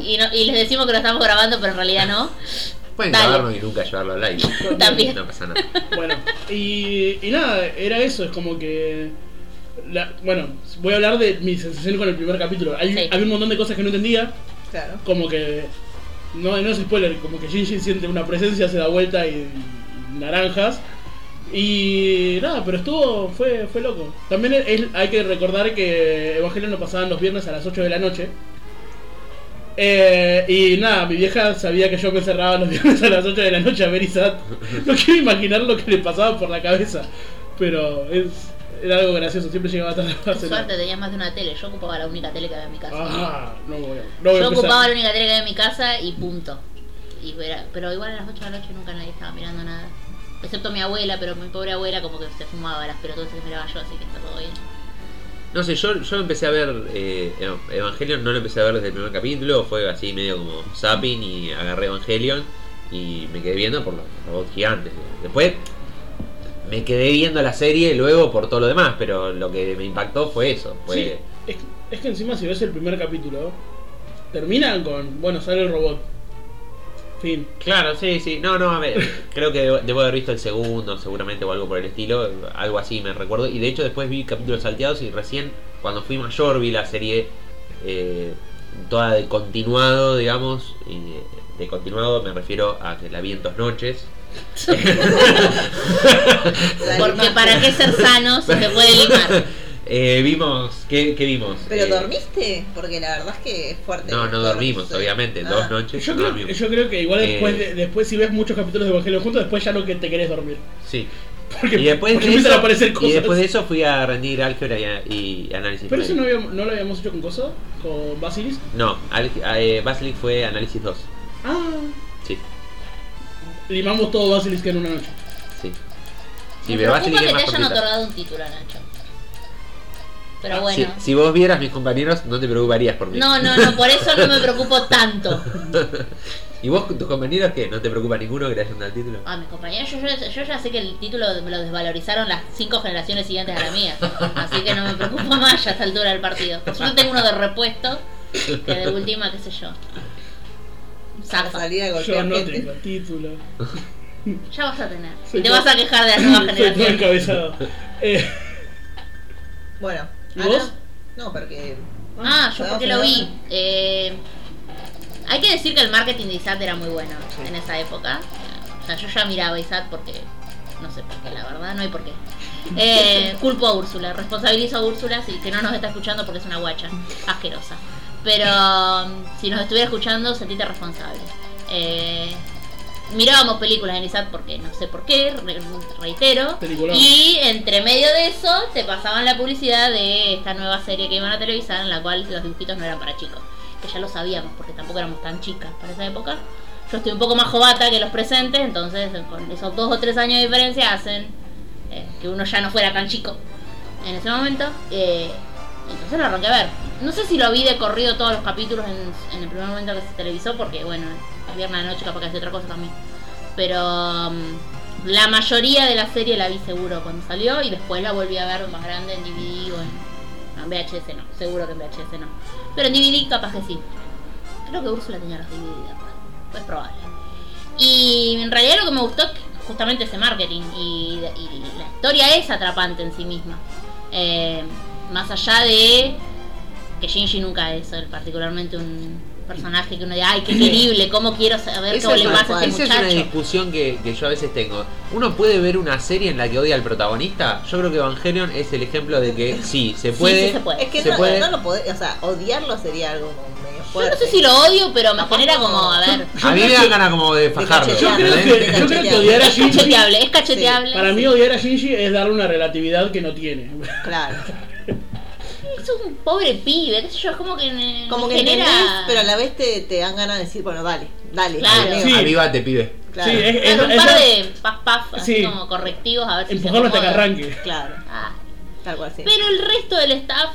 [SPEAKER 3] Y, no- y les decimos que lo estamos grabando, pero en realidad no.
[SPEAKER 2] Pueden
[SPEAKER 3] Dale.
[SPEAKER 2] grabarlo y nunca llevarlo al aire.
[SPEAKER 3] También.
[SPEAKER 2] No pasa nada.
[SPEAKER 4] Bueno, y, y nada, era eso, es como que... la- bueno, voy a hablar de mi sensación con el primer capítulo. Hay,
[SPEAKER 3] Sí.
[SPEAKER 4] Había un montón de cosas que no entendía,
[SPEAKER 5] Claro.
[SPEAKER 4] como que... No, no es spoiler, como que Shinji siente una presencia, se da vuelta y, y naranjas. Y nada, pero estuvo, fue, fue loco. También es- hay que recordar que Evangelion lo pasaban los viernes a las 8 de la noche. Eh, y nada, mi vieja sabía que yo me encerraba los viernes a las 8 de la noche a ver Isaac. No quiero imaginar lo que le pasaba por la cabeza. Pero es, era algo gracioso, siempre llegaba tarde a
[SPEAKER 3] Por
[SPEAKER 4] cenar.
[SPEAKER 3] suerte tenías más de una tele. Yo ocupaba la única tele que había en mi casa.
[SPEAKER 4] Ah, no voy a, no voy a
[SPEAKER 3] Yo
[SPEAKER 4] empezar.
[SPEAKER 3] ocupaba la única tele que había en mi casa y punto. Y era- pero igual a las 8 de la noche nunca nadie estaba mirando nada. Excepto mi abuela, pero mi pobre abuela como que se fumaba las pelotas que miraba yo, así que está todo bien.
[SPEAKER 2] No sé, yo, yo empecé a ver eh, Ev- Evangelion, no lo empecé a ver desde el primer capítulo, fue así medio como zapping y agarré Evangelion y me quedé viendo por los robots gigantes. Después me quedé viendo la serie luego por todo lo demás, pero lo que me impactó fue eso. Fue,
[SPEAKER 4] Sí, es, es que encima si ves el primer capítulo, terminan con, bueno, sale el robot. Fin.
[SPEAKER 2] Claro, sí, sí. No, no, a ver. creo que debo, debo haber visto el segundo, seguramente, o algo por el estilo. Algo así, me recuerdo. Y de hecho, después vi capítulos salteados y recién, cuando fui mayor, vi la serie eh, toda de continuado, digamos. Y de continuado me refiero a que la vi en dos noches.
[SPEAKER 5] La
[SPEAKER 3] Porque
[SPEAKER 5] animaste.
[SPEAKER 3] para qué ser sano si se puede limar.
[SPEAKER 2] Eh, vimos, ¿qué, qué vimos?
[SPEAKER 5] ¿Pero
[SPEAKER 2] Eh,
[SPEAKER 5] dormiste? Porque la verdad es que es fuerte.
[SPEAKER 2] No, no dormimos,
[SPEAKER 5] Sí.
[SPEAKER 2] obviamente.
[SPEAKER 5] Ah.
[SPEAKER 2] Dos noches
[SPEAKER 4] Yo
[SPEAKER 2] no
[SPEAKER 4] creo,
[SPEAKER 2] dormimos.
[SPEAKER 4] yo creo que igual
[SPEAKER 2] Eh.
[SPEAKER 4] después, de- después si ves muchos capítulos de Evangelio juntos, después ya no que te querés dormir.
[SPEAKER 2] Sí.
[SPEAKER 4] Porque,
[SPEAKER 2] Y después,
[SPEAKER 4] porque
[SPEAKER 2] de
[SPEAKER 4] empiezan a
[SPEAKER 2] eso,
[SPEAKER 4] aparecer
[SPEAKER 2] y
[SPEAKER 4] cosas.
[SPEAKER 2] después de eso fui a rendir álgebra y, a- y análisis.
[SPEAKER 4] Pero eso no,
[SPEAKER 2] previo.
[SPEAKER 4] habíamos- no lo habíamos hecho con Coso, con Basilis.
[SPEAKER 2] No, al- eh, Basilic fue análisis 2.
[SPEAKER 4] Ah,
[SPEAKER 2] Sí,
[SPEAKER 4] limamos todo Basilis que en una noche.
[SPEAKER 2] sí.
[SPEAKER 3] me
[SPEAKER 2] Sí, pero Basilic es
[SPEAKER 3] preocupa que te
[SPEAKER 2] más
[SPEAKER 3] hayan
[SPEAKER 2] cortita.
[SPEAKER 3] otorgado un título, Nacho. Pero
[SPEAKER 2] Si,
[SPEAKER 3] bueno.
[SPEAKER 2] si vos vieras mis compañeros, no te preocuparías por mí.
[SPEAKER 3] No, no, no, por eso no me preocupo tanto.
[SPEAKER 2] ¿Y vos con tus compañeros qué? ¿No te preocupa ninguno que te hayan dado el título?
[SPEAKER 3] A mis compañeros, Ah, yo, yo- yo ya sé que el título me lo desvalorizaron las cinco generaciones siguientes a la mía. Así que no me preocupa más ya a esta altura del partido. Por suerte tengo uno de repuesto, que de última, qué sé yo.
[SPEAKER 5] Para
[SPEAKER 3] Zafa.
[SPEAKER 5] salir a
[SPEAKER 4] Yo
[SPEAKER 5] golpear
[SPEAKER 4] no
[SPEAKER 5] gente.
[SPEAKER 4] tengo título.
[SPEAKER 3] Ya vas a tener.
[SPEAKER 4] Soy
[SPEAKER 3] Y te
[SPEAKER 4] todo-
[SPEAKER 3] vas a quejar de la nueva
[SPEAKER 4] Soy todo
[SPEAKER 3] generación.
[SPEAKER 4] encabezado. Eh,
[SPEAKER 5] Bueno.
[SPEAKER 4] ¿Y
[SPEAKER 5] Ana,
[SPEAKER 4] vos?
[SPEAKER 5] No, porque.
[SPEAKER 3] Ah, yo
[SPEAKER 5] ¿Te
[SPEAKER 3] porque
[SPEAKER 5] vas a
[SPEAKER 3] lo vi.
[SPEAKER 5] negar?
[SPEAKER 3] Eh, hay que decir que el marketing de ISAT era muy bueno en esa época. O sea, yo ya miraba ISAT porque. No sé por qué, la verdad, no hay por qué. Eh, culpo a Úrsula, responsabilizo a Úrsula si que no nos está escuchando porque es una guacha asquerosa. Pero mm, si nos estuviera escuchando, sentite responsable. Eh, mirábamos películas en ISAT porque no sé por qué, re- reitero.
[SPEAKER 4] Peliculón.
[SPEAKER 3] Y entre medio de eso te pasaban la publicidad de esta nueva serie que iban a televisar en la cual los dibujitos no eran para chicos. Que ya lo sabíamos porque tampoco éramos tan chicas para esa época. Yo estoy un poco más jovata que los presentes, entonces con esos dos o tres años de diferencia hacen eh, que uno ya no fuera tan chico en ese momento. eh, entonces lo arranqué a ver. No sé si lo vi de corrido todos los capítulos en, en el primer momento que se televisó, porque bueno, es viernes de noche, capaz que hace otra cosa también. Pero mm, la mayoría de la serie la vi seguro cuando salió y después la volví a ver más grande en DVD o en, no, en VHS, no, seguro que en VHS no. Pero en DVD capaz que sí. Creo que Úrsula tenía los DVD, aparte. pues probable. Y en realidad lo que me gustó es justamente ese marketing y, y la historia es atrapante en sí misma. Eh, más allá de que Shinji nunca es eh, particularmente un personaje que uno diga, ay, qué querible, cómo quiero saber
[SPEAKER 2] Esa
[SPEAKER 3] cómo
[SPEAKER 2] es
[SPEAKER 3] le
[SPEAKER 2] una-
[SPEAKER 3] pasa a
[SPEAKER 2] esa
[SPEAKER 3] este
[SPEAKER 2] es
[SPEAKER 3] muchacho.
[SPEAKER 2] una discusión que, que yo a veces tengo. ¿Uno puede ver una serie en la que odia al protagonista? Yo creo que Evangelion es el ejemplo de que sí, se
[SPEAKER 3] Sí,
[SPEAKER 2] puede.
[SPEAKER 3] sí se puede.
[SPEAKER 5] Es que
[SPEAKER 2] Se
[SPEAKER 5] no,
[SPEAKER 2] puede.
[SPEAKER 5] no lo podés. O sea, odiarlo sería algo como medio
[SPEAKER 3] Yo
[SPEAKER 5] fuerte.
[SPEAKER 3] no sé si lo odio, pero me
[SPEAKER 5] Capaz
[SPEAKER 3] genera
[SPEAKER 5] no.
[SPEAKER 3] como, a ver,
[SPEAKER 2] A mí me dan ganas como de fajarlo.
[SPEAKER 5] cachetear.
[SPEAKER 4] Yo creo
[SPEAKER 2] ¿entendés?
[SPEAKER 4] que, yo creo que odiar a
[SPEAKER 3] es
[SPEAKER 4] Shinji.
[SPEAKER 3] cacheteable, es cacheteable.
[SPEAKER 4] Para mí, odiar a Shinji es darle una relatividad que no tiene.
[SPEAKER 5] Claro.
[SPEAKER 3] es un pobre pibe, qué sé yo, es como que me-
[SPEAKER 5] Como
[SPEAKER 3] me
[SPEAKER 5] que
[SPEAKER 3] genera...
[SPEAKER 5] entendés, pero a la vez te, te dan ganas de decir, bueno, dale, dale.
[SPEAKER 3] Claro.
[SPEAKER 5] dale,
[SPEAKER 4] Sí.
[SPEAKER 2] Avívate, este pibe.
[SPEAKER 5] claro.
[SPEAKER 4] Sí, es-
[SPEAKER 3] Claro, un
[SPEAKER 4] esa-
[SPEAKER 3] par de paf paf, así
[SPEAKER 4] Sí.
[SPEAKER 3] como correctivos, a ver si se
[SPEAKER 4] Empujarlo hasta que
[SPEAKER 3] acomoda.
[SPEAKER 4] arranque.
[SPEAKER 5] Claro,
[SPEAKER 3] Ah,
[SPEAKER 5] tal cual, sí.
[SPEAKER 3] Pero el resto del staff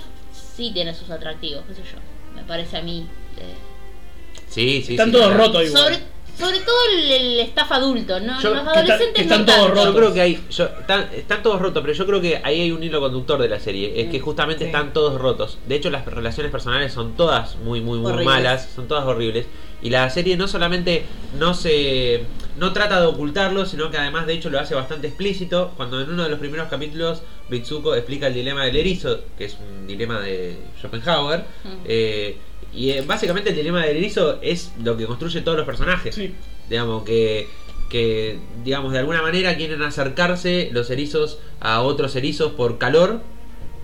[SPEAKER 3] sí tiene sus atractivos, qué sé yo, me parece a mí. eh,
[SPEAKER 2] Sí, sí.
[SPEAKER 4] Están
[SPEAKER 2] sí,
[SPEAKER 4] todos
[SPEAKER 2] claro.
[SPEAKER 4] rotos igual.
[SPEAKER 3] sobre, sobre todo el, el staff adulto, ¿no?
[SPEAKER 2] Yo-
[SPEAKER 3] Los
[SPEAKER 4] que está-
[SPEAKER 3] adolescentes
[SPEAKER 4] que están
[SPEAKER 3] no
[SPEAKER 4] todos
[SPEAKER 3] tanto.
[SPEAKER 4] rotos.
[SPEAKER 2] Yo creo que hay. yo- están, están todos rotos, pero yo creo que ahí hay un hilo conductor de la serie. Es que justamente
[SPEAKER 5] Sí.
[SPEAKER 2] están todos rotos. De hecho, las relaciones personales son todas muy, muy, muy
[SPEAKER 5] Horribles.
[SPEAKER 2] malas. Son todas horribles. Y la serie no solamente no se. no trata de ocultarlo, sino que además de hecho lo hace bastante explícito. Cuando en uno de los primeros capítulos Mitsuko explica el dilema del erizo, que es un dilema de Schopenhauer.
[SPEAKER 3] Mm.
[SPEAKER 2] eh, y eh, básicamente el dilema del erizo es lo que construye todos los personajes
[SPEAKER 4] Sí.
[SPEAKER 2] digamos que que digamos de alguna manera quieren acercarse los erizos a otros erizos por calor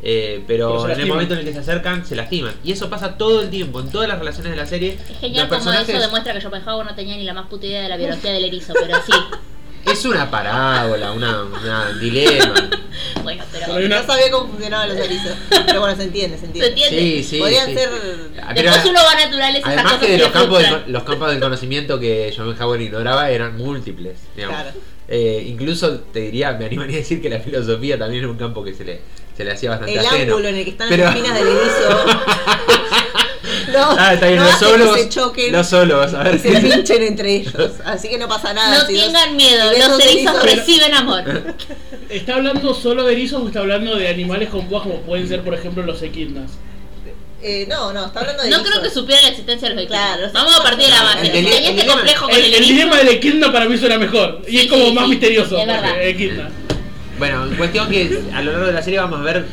[SPEAKER 2] eh, pero,
[SPEAKER 4] Pero se
[SPEAKER 2] en el
[SPEAKER 4] lastiman.
[SPEAKER 2] momento en el que se acercan se lastiman y eso pasa todo el tiempo en todas las relaciones de la serie
[SPEAKER 3] Es
[SPEAKER 2] los
[SPEAKER 3] genial como
[SPEAKER 2] personajes
[SPEAKER 3] eso demuestra que Schopenhauer no tenía ni la más puta idea de la biología del erizo, pero sí.
[SPEAKER 2] es una parábola una, una dilema
[SPEAKER 3] Bueno, pero...
[SPEAKER 4] Pero hay una-
[SPEAKER 5] No sabía cómo funcionaban los erizos. Pero bueno, se entiende, se
[SPEAKER 3] ¿Se
[SPEAKER 5] entiende.
[SPEAKER 3] entiende?
[SPEAKER 2] sí sí
[SPEAKER 5] Podrían
[SPEAKER 2] sí.
[SPEAKER 5] ser.
[SPEAKER 2] Ah, pero
[SPEAKER 3] Después uno va a naturaleza esas
[SPEAKER 2] además
[SPEAKER 3] cosas
[SPEAKER 2] que de
[SPEAKER 3] se
[SPEAKER 2] los campos
[SPEAKER 3] frustran.
[SPEAKER 2] del, los campos del conocimiento que Schopenhauer ignoraba eran múltiples digamos.
[SPEAKER 5] Claro.
[SPEAKER 2] Eh, incluso te diría me animaría a decir que la filosofía también era un campo que se le se le hacía bastante
[SPEAKER 5] El
[SPEAKER 2] ajeno.
[SPEAKER 5] ángulo en el que están
[SPEAKER 2] Pero-
[SPEAKER 5] las espinas del erizo. no,
[SPEAKER 2] Ah, está bien,
[SPEAKER 5] no
[SPEAKER 2] los
[SPEAKER 5] hace
[SPEAKER 2] solos.
[SPEAKER 5] que se choquen
[SPEAKER 2] Los solos, a
[SPEAKER 5] y
[SPEAKER 2] ver.
[SPEAKER 5] se pinchen entre ellos. Así que no pasa nada.
[SPEAKER 3] No
[SPEAKER 5] Ah, si dos-
[SPEAKER 3] tengan miedo,
[SPEAKER 5] si
[SPEAKER 3] los
[SPEAKER 5] dos
[SPEAKER 3] erizos
[SPEAKER 5] erizos-
[SPEAKER 3] reciben amor.
[SPEAKER 4] ¿Está hablando solo de erizos o está hablando de animales con púas como pueden ser, por ejemplo, los equidnas?
[SPEAKER 5] Eh, no, no, está hablando de.
[SPEAKER 3] No
[SPEAKER 5] erizos.
[SPEAKER 3] creo que supiera la existencia de los equipos.
[SPEAKER 5] Claro,
[SPEAKER 3] Vamos a partir de la base.
[SPEAKER 2] El
[SPEAKER 3] Si
[SPEAKER 2] dilema-
[SPEAKER 3] tenía
[SPEAKER 2] el
[SPEAKER 3] este
[SPEAKER 2] dilema-
[SPEAKER 3] complejo con
[SPEAKER 4] El,
[SPEAKER 3] el
[SPEAKER 4] el
[SPEAKER 3] erizo,
[SPEAKER 4] dilema del equidna para mí suena mejor. Y
[SPEAKER 3] Sí,
[SPEAKER 4] es como
[SPEAKER 3] sí,
[SPEAKER 4] más
[SPEAKER 3] sí.
[SPEAKER 4] misterioso.
[SPEAKER 3] Es verdad.
[SPEAKER 4] porque equidna.
[SPEAKER 2] Bueno, en cuestión que a lo largo de la serie vamos a ver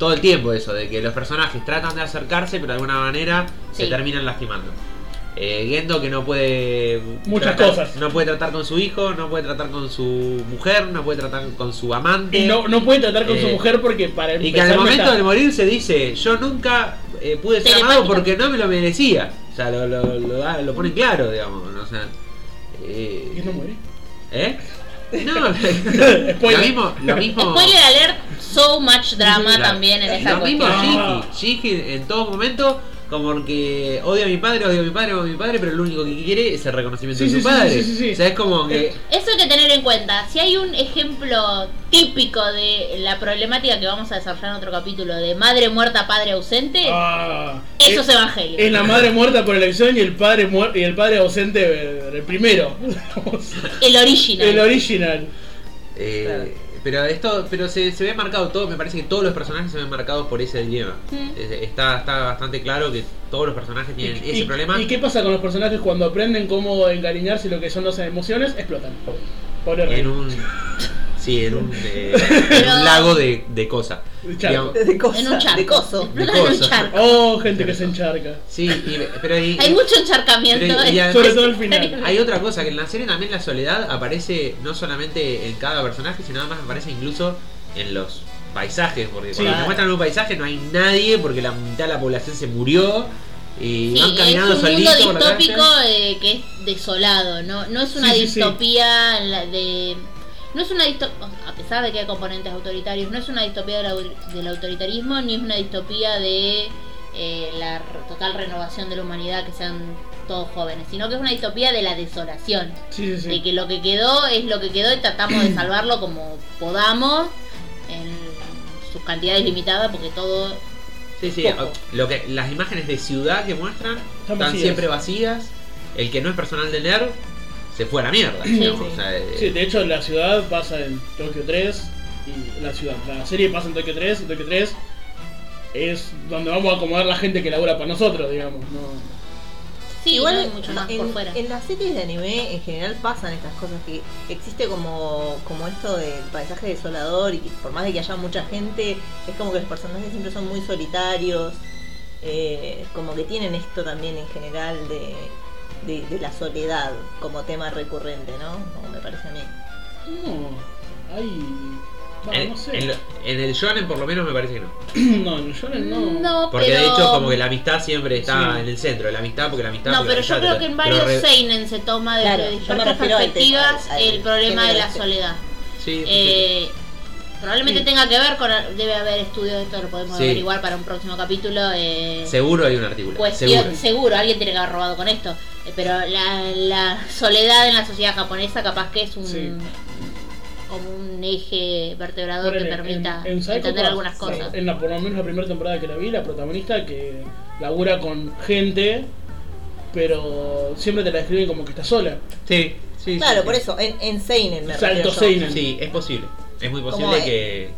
[SPEAKER 2] todo el tiempo eso, de que los personajes tratan de acercarse, pero de alguna manera se
[SPEAKER 3] Sí.
[SPEAKER 2] terminan lastimando. eh, Gendo que no puede.
[SPEAKER 4] Muchas
[SPEAKER 2] tratar-
[SPEAKER 4] cosas.
[SPEAKER 2] No puede tratar con su hijo, no puede tratar con su mujer, no puede tratar con su amante.
[SPEAKER 3] Eh,
[SPEAKER 4] Y no, no puede tratar con su
[SPEAKER 2] Eh,
[SPEAKER 4] mujer porque para empezar
[SPEAKER 2] Y que al
[SPEAKER 4] no
[SPEAKER 2] momento
[SPEAKER 4] está-
[SPEAKER 2] de morir se dice, yo nunca eh, pude ser amado
[SPEAKER 3] Telepático.
[SPEAKER 2] porque no me lo merecía. O sea, lo, lo, lo, ah, lo ponen claro, digamos. ¿no? O sea, eh,
[SPEAKER 4] ¿Y no muere?
[SPEAKER 2] ¿eh? No, lo mismo, lo mismo,
[SPEAKER 3] Spoiler alert, so much drama
[SPEAKER 2] Claro.
[SPEAKER 3] también en esa
[SPEAKER 2] lo mismo
[SPEAKER 3] cuestión.
[SPEAKER 4] cuestión.
[SPEAKER 2] Shiki. Shiki en todo momento, como que odio a mi padre, odio a mi padre, odio a mi padre, pero lo único que quiere es el reconocimiento
[SPEAKER 4] Sí,
[SPEAKER 2] de
[SPEAKER 4] sí,
[SPEAKER 2] su
[SPEAKER 4] sí,
[SPEAKER 2] padre.
[SPEAKER 4] sí, sí, sí.
[SPEAKER 2] O sea, es como que...
[SPEAKER 3] Eso hay que tener en cuenta. Si hay un ejemplo típico de la problemática que vamos a desarrollar en otro capítulo de madre muerta, padre ausente,
[SPEAKER 4] Ah,
[SPEAKER 3] eso
[SPEAKER 4] es,
[SPEAKER 3] es Evangelio.
[SPEAKER 4] es la madre muerta por elección y el padre muer- y el padre ausente eh, el primero.
[SPEAKER 3] el original.
[SPEAKER 4] el original.
[SPEAKER 2] eh,
[SPEAKER 5] Claro.
[SPEAKER 2] Pero esto pero se, se ve marcado todo, me parece que todos los personajes se ven marcados por ese dilema.
[SPEAKER 3] Mm.
[SPEAKER 2] Es- Está, está bastante claro que todos los personajes tienen
[SPEAKER 4] ¿Y-
[SPEAKER 2] ese
[SPEAKER 4] y,
[SPEAKER 2] problema.
[SPEAKER 4] ¿Y qué pasa con los personajes cuando aprenden cómo engañarse lo que son las emociones? Explotan. Pobre rey.
[SPEAKER 2] en un sí en un, eh, en un lago de, de cosas
[SPEAKER 4] Claro.
[SPEAKER 2] Digamos,
[SPEAKER 5] De cosa,
[SPEAKER 3] En un
[SPEAKER 5] de
[SPEAKER 3] charco.
[SPEAKER 5] coso.
[SPEAKER 3] Explotan en un
[SPEAKER 2] cosa.
[SPEAKER 3] charco.
[SPEAKER 4] Oh, gente que se encharca.
[SPEAKER 2] sí y- pero ahí-
[SPEAKER 3] Hay mucho encharcamiento.
[SPEAKER 2] Pero, y
[SPEAKER 3] en-
[SPEAKER 2] a-
[SPEAKER 4] Sobre todo el final.
[SPEAKER 2] hay otra cosa que en la serie también la soledad aparece no solamente en cada personaje sino además aparece incluso en los paisajes porque
[SPEAKER 4] Sí.
[SPEAKER 2] cuando te
[SPEAKER 5] Claro.
[SPEAKER 2] muestran un paisaje no hay nadie porque la mitad de la población se murió y
[SPEAKER 3] Sí,
[SPEAKER 2] van caminando
[SPEAKER 3] es un mundo
[SPEAKER 2] solitos por la
[SPEAKER 3] distópico
[SPEAKER 2] calle.
[SPEAKER 3] eh, que es desolado, no, no es una
[SPEAKER 4] Sí, sí, sí.
[SPEAKER 3] distopía la de... No es una distopía, a pesar de que hay componentes autoritarios, no es una distopía del, au- del autoritarismo, ni es una distopía de eh, la r- total renovación de la humanidad, que sean todos jóvenes, sino que es una distopía de la desolación,
[SPEAKER 4] Sí, sí, sí.
[SPEAKER 3] de que lo que quedó es lo que quedó y tratamos de salvarlo como podamos, en sus cantidades limitadas, porque todo
[SPEAKER 2] Sí, sí,
[SPEAKER 3] Poco.
[SPEAKER 2] lo que, las imágenes de ciudad que muestran están
[SPEAKER 4] vacías.
[SPEAKER 2] siempre vacías. El que no es personal de nerd se fue a la mierda. digamos,
[SPEAKER 3] sí.
[SPEAKER 2] o sea, eh,
[SPEAKER 4] Sí, de hecho la ciudad pasa en Tokio 3 y la ciudad, la serie pasa en Tokio 3, y Tokio 3 es donde vamos a acomodar la gente que labora para nosotros, digamos, no.
[SPEAKER 3] Sí,
[SPEAKER 5] Igual
[SPEAKER 3] no hay mucho más
[SPEAKER 5] en,
[SPEAKER 3] por fuera.
[SPEAKER 5] en las series de anime en general pasan estas cosas que existe como, como esto del paisaje desolador y que por más de que haya mucha gente, es como que los personajes siempre son muy solitarios, eh, como que tienen esto también en general de, de, de la soledad como tema recurrente, ¿no? Como me parece a mí.
[SPEAKER 4] No. Ay, va,
[SPEAKER 2] en,
[SPEAKER 4] no sé.
[SPEAKER 2] en lo- en el shonen por lo menos me parece que no.
[SPEAKER 4] No, en el shonen no.
[SPEAKER 3] No,
[SPEAKER 2] Porque
[SPEAKER 3] pero...
[SPEAKER 2] de hecho como que la amistad siempre está
[SPEAKER 4] Sí.
[SPEAKER 2] en el centro. La amistad porque la amistad...
[SPEAKER 3] No,
[SPEAKER 2] porque la
[SPEAKER 3] pero yo
[SPEAKER 2] amistad, pero-
[SPEAKER 3] creo que en
[SPEAKER 2] pero
[SPEAKER 3] varios
[SPEAKER 2] re-
[SPEAKER 3] seinen se toma desde
[SPEAKER 5] Claro, yo me
[SPEAKER 3] diferentes
[SPEAKER 5] refiero al te-
[SPEAKER 3] perspectivas
[SPEAKER 5] al- al
[SPEAKER 3] el problema de
[SPEAKER 5] género
[SPEAKER 3] la
[SPEAKER 5] este.
[SPEAKER 3] soledad.
[SPEAKER 2] Sí,
[SPEAKER 3] Eh, probablemente
[SPEAKER 4] Sí.
[SPEAKER 3] tenga que ver con... Debe haber estudios, esto lo podemos
[SPEAKER 2] Sí.
[SPEAKER 3] averiguar para un próximo capítulo. Eh,
[SPEAKER 2] sí. Seguro hay un artículo.
[SPEAKER 3] cuestión,
[SPEAKER 2] seguro.
[SPEAKER 3] seguro. alguien tiene que haber robado con esto. Eh, Pero la, la soledad en la sociedad japonesa capaz que es un...
[SPEAKER 4] Sí.
[SPEAKER 3] como un eje vertebrador que
[SPEAKER 4] Ponele,
[SPEAKER 3] permita
[SPEAKER 4] en Psycho
[SPEAKER 3] entender
[SPEAKER 4] Pass,
[SPEAKER 3] algunas cosas.
[SPEAKER 4] En la, por lo menos la primera temporada que la vi, la protagonista que labura con gente, pero siempre te la describen como que está sola.
[SPEAKER 2] Sí, sí, sí,
[SPEAKER 5] Claro,
[SPEAKER 2] sí.
[SPEAKER 5] por eso, en, en Seinen me
[SPEAKER 4] Salto
[SPEAKER 5] refiero yo.
[SPEAKER 4] Seinen.
[SPEAKER 2] Sí, es posible. Es muy
[SPEAKER 5] Como,
[SPEAKER 2] posible
[SPEAKER 5] eh,
[SPEAKER 2] que...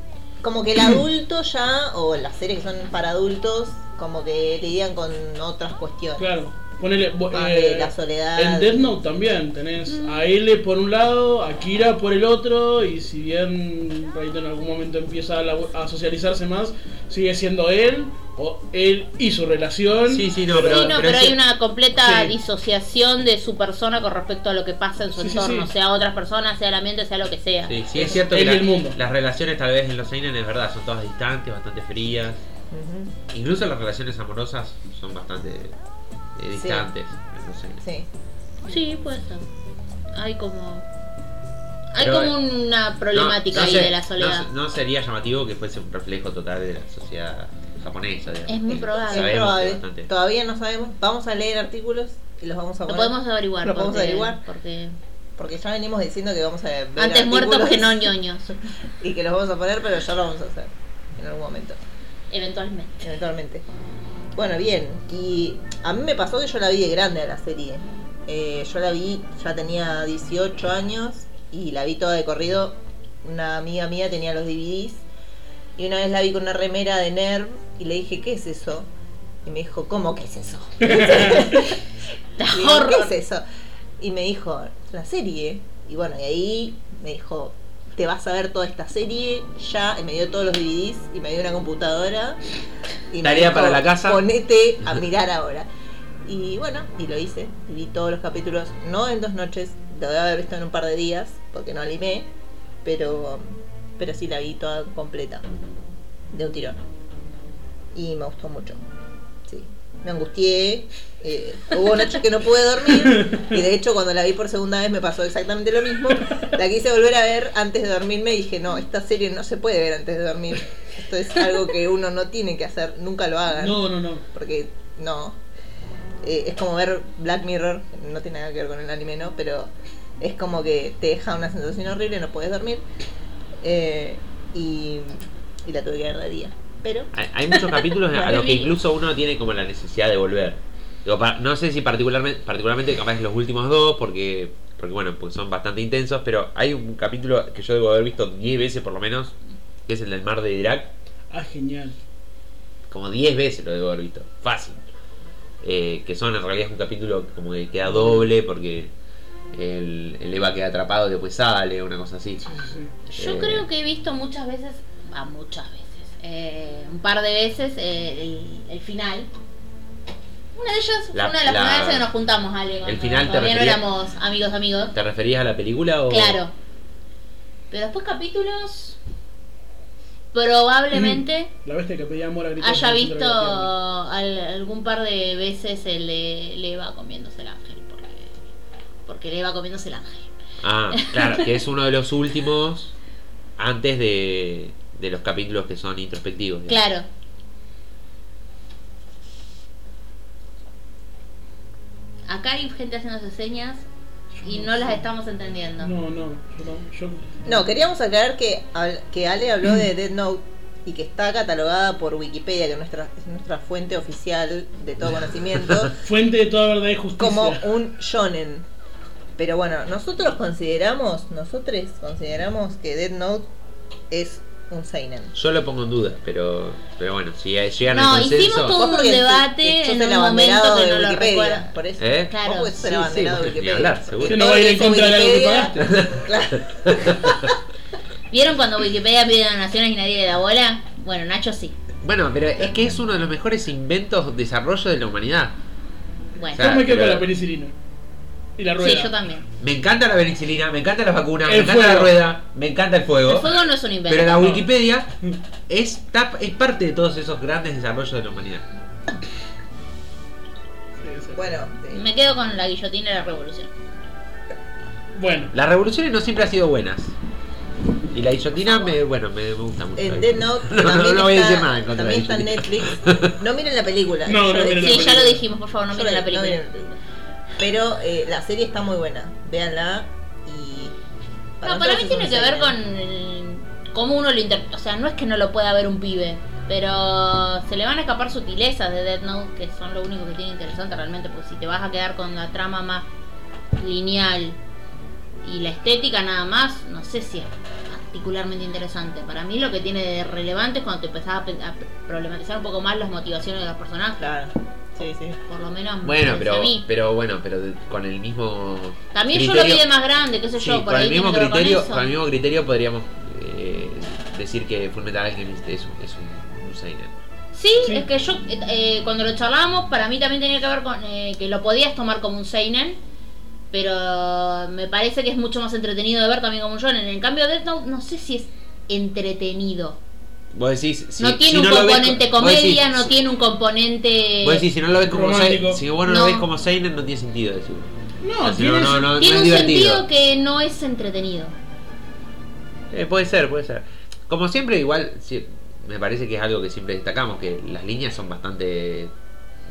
[SPEAKER 5] Como que el adulto ya, o las series que son para adultos, como que lidian con otras cuestiones.
[SPEAKER 4] Claro. Ponele. bo-
[SPEAKER 5] Más
[SPEAKER 4] eh,
[SPEAKER 5] de Ah, la soledad.
[SPEAKER 4] En Death Note también tenés
[SPEAKER 3] Mm.
[SPEAKER 4] a L por un lado, a Kira por el otro, y si bien Raito en algún momento empieza a, labu- a socializarse más, sigue siendo él, o él y su relación.
[SPEAKER 2] Sí, sí, no, pero...
[SPEAKER 3] sí, no,
[SPEAKER 2] pero
[SPEAKER 3] pero
[SPEAKER 2] ese-
[SPEAKER 3] hay una completa
[SPEAKER 4] Sí.
[SPEAKER 3] disociación de su persona con respecto a lo que pasa en su
[SPEAKER 4] Sí, sí,
[SPEAKER 3] entorno,
[SPEAKER 4] sí.
[SPEAKER 3] sea otras personas, sea el ambiente, sea lo que sea.
[SPEAKER 2] Sí, sí, es cierto
[SPEAKER 4] Él
[SPEAKER 2] que
[SPEAKER 4] y
[SPEAKER 2] la-
[SPEAKER 4] el mundo.
[SPEAKER 2] las relaciones tal vez en los seinen es verdad, son todas distantes, bastante frías.
[SPEAKER 5] Ujú.
[SPEAKER 2] Incluso las relaciones amorosas son bastante eh, distantes. en los seinen.
[SPEAKER 5] Sí.
[SPEAKER 3] Sí, puede ser. Hay como. Hay
[SPEAKER 2] Pero,
[SPEAKER 3] como una problemática
[SPEAKER 2] No- no
[SPEAKER 3] ahí
[SPEAKER 2] sé-
[SPEAKER 3] de la soledad.
[SPEAKER 2] No, no sería llamativo que fuese un reflejo total de la sociedad japonesa. digamos.
[SPEAKER 3] Es muy
[SPEAKER 5] Es
[SPEAKER 3] probable.
[SPEAKER 2] Sabemos que
[SPEAKER 5] probable.
[SPEAKER 2] bastante.
[SPEAKER 5] Todavía no sabemos. Vamos a leer artículos y los vamos a
[SPEAKER 3] Lo
[SPEAKER 5] poner.
[SPEAKER 3] podemos averiguar.
[SPEAKER 5] Lo
[SPEAKER 3] porque,
[SPEAKER 5] podemos averiguar.
[SPEAKER 3] Porque
[SPEAKER 5] Porque ya venimos diciendo que vamos a ver
[SPEAKER 3] antes muertos
[SPEAKER 5] artículos
[SPEAKER 3] que no ñoños.
[SPEAKER 5] Y que los vamos a poner, pero ya lo vamos a hacer. En algún momento.
[SPEAKER 3] Eventualmente.
[SPEAKER 5] Eventualmente. Bueno, bien. Y a mí me pasó que yo la vi de grande a la serie. Eh, yo la vi, ya tenía 18 años y la vi toda de corrido. Una amiga mía tenía los DVDs y una vez la vi con una remera de Nerv y le dije, ¿qué es eso? Y me dijo, ¿cómo que es eso?
[SPEAKER 3] La
[SPEAKER 5] Y digo,
[SPEAKER 3] horror.
[SPEAKER 5] ¿Qué es eso? Y me dijo, la serie. Y bueno, y ahí me dijo, te vas a ver toda esta serie ya. Y me dio todos los DVDs y me dio una computadora. Y me
[SPEAKER 2] Tarea para la casa.
[SPEAKER 5] Ponete a mirar ahora. Y bueno, y lo hice. Y vi todos los capítulos, no en dos noches, lo debo haber visto en un par de días, porque no limé, pero, pero sí la vi toda completa, de un tirón. Y me gustó mucho. Sí. Me angustié. eh, hubo noches que no pude dormir. Y de hecho, cuando la vi por segunda vez me pasó exactamente lo mismo. La quise volver a ver antes de dormirme y dije, no, esta serie no se puede ver antes de dormir. Esto es algo que uno no tiene que hacer, nunca lo hagan
[SPEAKER 4] No, no, no.
[SPEAKER 5] porque no. Eh, es como ver Black Mirror, no tiene nada que ver con el anime, ¿no? Pero es como que te deja una sensación horrible, no puedes dormir. Eh, y, y la tuve que ver de día. Pero
[SPEAKER 2] Hay, hay muchos capítulos a los que incluso uno tiene como la necesidad de volver. Digo, pa- no sé si particularmente, particularmente capaz los últimos dos, porque, porque bueno, pues son bastante intensos, pero hay un capítulo que yo debo haber visto 10 veces por lo menos, que es el del mar de Irak.
[SPEAKER 4] Ah, genial.
[SPEAKER 2] Como 10 veces lo debo haber visto, fácil. Eh, que son en realidad es un capítulo como que queda doble porque el, el Eva queda atrapado y después sale, una cosa así.
[SPEAKER 4] Sí, sí.
[SPEAKER 3] Yo
[SPEAKER 2] Eh.
[SPEAKER 3] creo que he visto muchas veces, ah, muchas veces, eh, un par de veces eh, el, el final. Una de ellas fue
[SPEAKER 2] La-
[SPEAKER 3] una de las
[SPEAKER 2] la-
[SPEAKER 3] primeras veces que nos juntamos, Ale. cuando
[SPEAKER 2] final te
[SPEAKER 3] todavía no
[SPEAKER 2] refería-
[SPEAKER 3] éramos amigos, amigos.
[SPEAKER 2] ¿Te referías a la película o...?
[SPEAKER 3] Claro. Pero después capítulos, probablemente
[SPEAKER 4] La bestia que pedía amor a
[SPEAKER 2] Mm.
[SPEAKER 4] gritos.
[SPEAKER 3] haya
[SPEAKER 4] en el centro
[SPEAKER 3] visto
[SPEAKER 4] de la tierra.
[SPEAKER 3] al- algún par de veces el de Leva comiéndose el ángel. Porque, porque Leva comiéndose el ángel.
[SPEAKER 2] Ah, claro, que es uno de los últimos antes de, de los capítulos que son introspectivos. digamos.
[SPEAKER 3] Claro. Acá hay gente haciéndose señas y no las estamos entendiendo.
[SPEAKER 4] No, no, yo no. Yo...
[SPEAKER 5] no, queríamos aclarar que, habl- que Ale habló de Dead Note y que está catalogada por Wikipedia, que es nuestra, es nuestra fuente oficial de todo conocimiento.
[SPEAKER 4] Fuente de toda verdad y justicia.
[SPEAKER 5] como un shonen. Pero bueno, nosotros consideramos, nosotros consideramos que Dead Note es un seinen.
[SPEAKER 2] Yo lo pongo en duda, pero, pero bueno, si llegan
[SPEAKER 3] No,
[SPEAKER 2] al
[SPEAKER 3] hicimos
[SPEAKER 2] consenso.
[SPEAKER 3] todo- Hubo un
[SPEAKER 5] Vos porque
[SPEAKER 3] debate
[SPEAKER 5] te- te- sos
[SPEAKER 3] en
[SPEAKER 5] el
[SPEAKER 3] un
[SPEAKER 5] abanderado
[SPEAKER 3] momento que
[SPEAKER 5] de
[SPEAKER 3] no lo
[SPEAKER 5] Wikipedia,
[SPEAKER 3] recuerdo.
[SPEAKER 5] Por eso.
[SPEAKER 2] ¿Eh?
[SPEAKER 3] Claro.
[SPEAKER 5] Vos podés ser
[SPEAKER 2] Sí,
[SPEAKER 5] el abanderado
[SPEAKER 2] sí,
[SPEAKER 5] de
[SPEAKER 2] ni
[SPEAKER 5] Wikipedia.
[SPEAKER 2] hablar,
[SPEAKER 5] porque
[SPEAKER 2] seguro.
[SPEAKER 4] Que no
[SPEAKER 5] todo
[SPEAKER 4] va a ir
[SPEAKER 5] lo
[SPEAKER 4] en
[SPEAKER 5] hizo
[SPEAKER 4] contra de algo que
[SPEAKER 5] Wikipedia. Claro.
[SPEAKER 3] ¿Vieron cuando Wikipedia pide donaciones y nadie le da bola? Bueno, Nacho sí.
[SPEAKER 2] Bueno, pero es que es uno de los mejores inventos, desarrollo de la humanidad.
[SPEAKER 3] Bueno,
[SPEAKER 4] Yo me quedo con
[SPEAKER 2] Pero-
[SPEAKER 4] la penicilina. Y la rueda.
[SPEAKER 3] sí, yo también.
[SPEAKER 2] Me encanta la penicilina, me encanta las vacunas, me
[SPEAKER 4] El
[SPEAKER 2] encanta la
[SPEAKER 4] fuego.
[SPEAKER 2] rueda, me encanta el fuego.
[SPEAKER 3] El fuego no es un invento.
[SPEAKER 2] pero la
[SPEAKER 4] no.
[SPEAKER 2] Wikipedia es, tap- es parte de todos esos grandes desarrollos de la humanidad.
[SPEAKER 4] Sí, sí.
[SPEAKER 5] Bueno, eh, sí.
[SPEAKER 3] Me quedo con la guillotina de la revolución.
[SPEAKER 4] Bueno.
[SPEAKER 2] Las revoluciones no siempre han sido buenas. Y la guillotina, me, bueno, me, me gusta mucho. la
[SPEAKER 5] en Dead
[SPEAKER 2] guillotina.
[SPEAKER 5] Note
[SPEAKER 2] no, no,
[SPEAKER 5] Eh, también,
[SPEAKER 2] no voy a
[SPEAKER 5] está,
[SPEAKER 2] decir nada en contra de
[SPEAKER 5] también está
[SPEAKER 2] la
[SPEAKER 5] en
[SPEAKER 2] guillotina.
[SPEAKER 5] Netflix. No miren la película.
[SPEAKER 4] No, no
[SPEAKER 5] Yo
[SPEAKER 4] miren la
[SPEAKER 5] dije-
[SPEAKER 3] Sí,
[SPEAKER 4] película.
[SPEAKER 3] ya lo dijimos, por favor, no
[SPEAKER 5] yo
[SPEAKER 3] miren la
[SPEAKER 5] dije- no
[SPEAKER 3] película.
[SPEAKER 5] miren la película. Pero eh, la serie está muy buena. Véanla y...
[SPEAKER 3] No, para
[SPEAKER 5] nosotros
[SPEAKER 3] mí
[SPEAKER 5] es
[SPEAKER 3] tiene
[SPEAKER 5] un
[SPEAKER 3] que ver
[SPEAKER 5] seinen.
[SPEAKER 3] con el- cómo uno lo interpreta. O sea, no es que no lo pueda ver un pibe, pero se le van a escapar sutilezas de Death Note, que son lo único que tiene interesante realmente, porque si te vas a quedar con la trama más lineal y la estética nada más, no sé si es particularmente interesante. Para mí lo que tiene de relevante es cuando te empezás a, pe- a problematizar un poco más las motivaciones de los personajes.
[SPEAKER 5] Claro, sí, sí.
[SPEAKER 3] Por lo menos me
[SPEAKER 2] Bueno,
[SPEAKER 3] parece a
[SPEAKER 2] pero,
[SPEAKER 3] mí.
[SPEAKER 2] pero bueno, pero de- con el mismo
[SPEAKER 3] También yo lo
[SPEAKER 2] criterio-
[SPEAKER 3] vi de más grande, qué sé
[SPEAKER 2] Sí,
[SPEAKER 3] yo, por
[SPEAKER 2] con
[SPEAKER 3] ahí
[SPEAKER 2] el mismo
[SPEAKER 3] tiene que ver con
[SPEAKER 2] criterio,
[SPEAKER 3] eso.
[SPEAKER 2] con el mismo criterio podríamos eh, decir que Fullmetal Alchemist es, un- es un, un seinen.
[SPEAKER 3] Sí,
[SPEAKER 4] Sí.
[SPEAKER 3] es que yo eh, eh, cuando lo charlábamos, para mí también tenía que ver con eh, que lo podías tomar como un seinen, pero me parece que es mucho más entretenido de ver también como un shonen. En cambio, Death Note no sé si es entretenido.
[SPEAKER 2] Vos decís, si,
[SPEAKER 3] no tiene
[SPEAKER 2] si
[SPEAKER 3] un
[SPEAKER 2] lo ves
[SPEAKER 3] componente
[SPEAKER 2] co- vos
[SPEAKER 3] comedia,
[SPEAKER 2] decís-
[SPEAKER 3] no
[SPEAKER 2] si-
[SPEAKER 3] tiene un componente...
[SPEAKER 2] Vos decís, si no lo ves como
[SPEAKER 4] Romántico.
[SPEAKER 2] seinen, si vos no, lo
[SPEAKER 3] No.
[SPEAKER 2] ves como seinen no tiene sentido decirlo.
[SPEAKER 4] No,
[SPEAKER 2] Así,
[SPEAKER 4] tiene-
[SPEAKER 2] no, no, no,
[SPEAKER 3] tiene
[SPEAKER 2] no
[SPEAKER 3] un
[SPEAKER 2] es divertido.
[SPEAKER 3] sentido que no es entretenido.
[SPEAKER 2] Eh, puede ser, puede ser. Como siempre, igual sí, me parece que es algo que siempre destacamos, que las líneas son bastante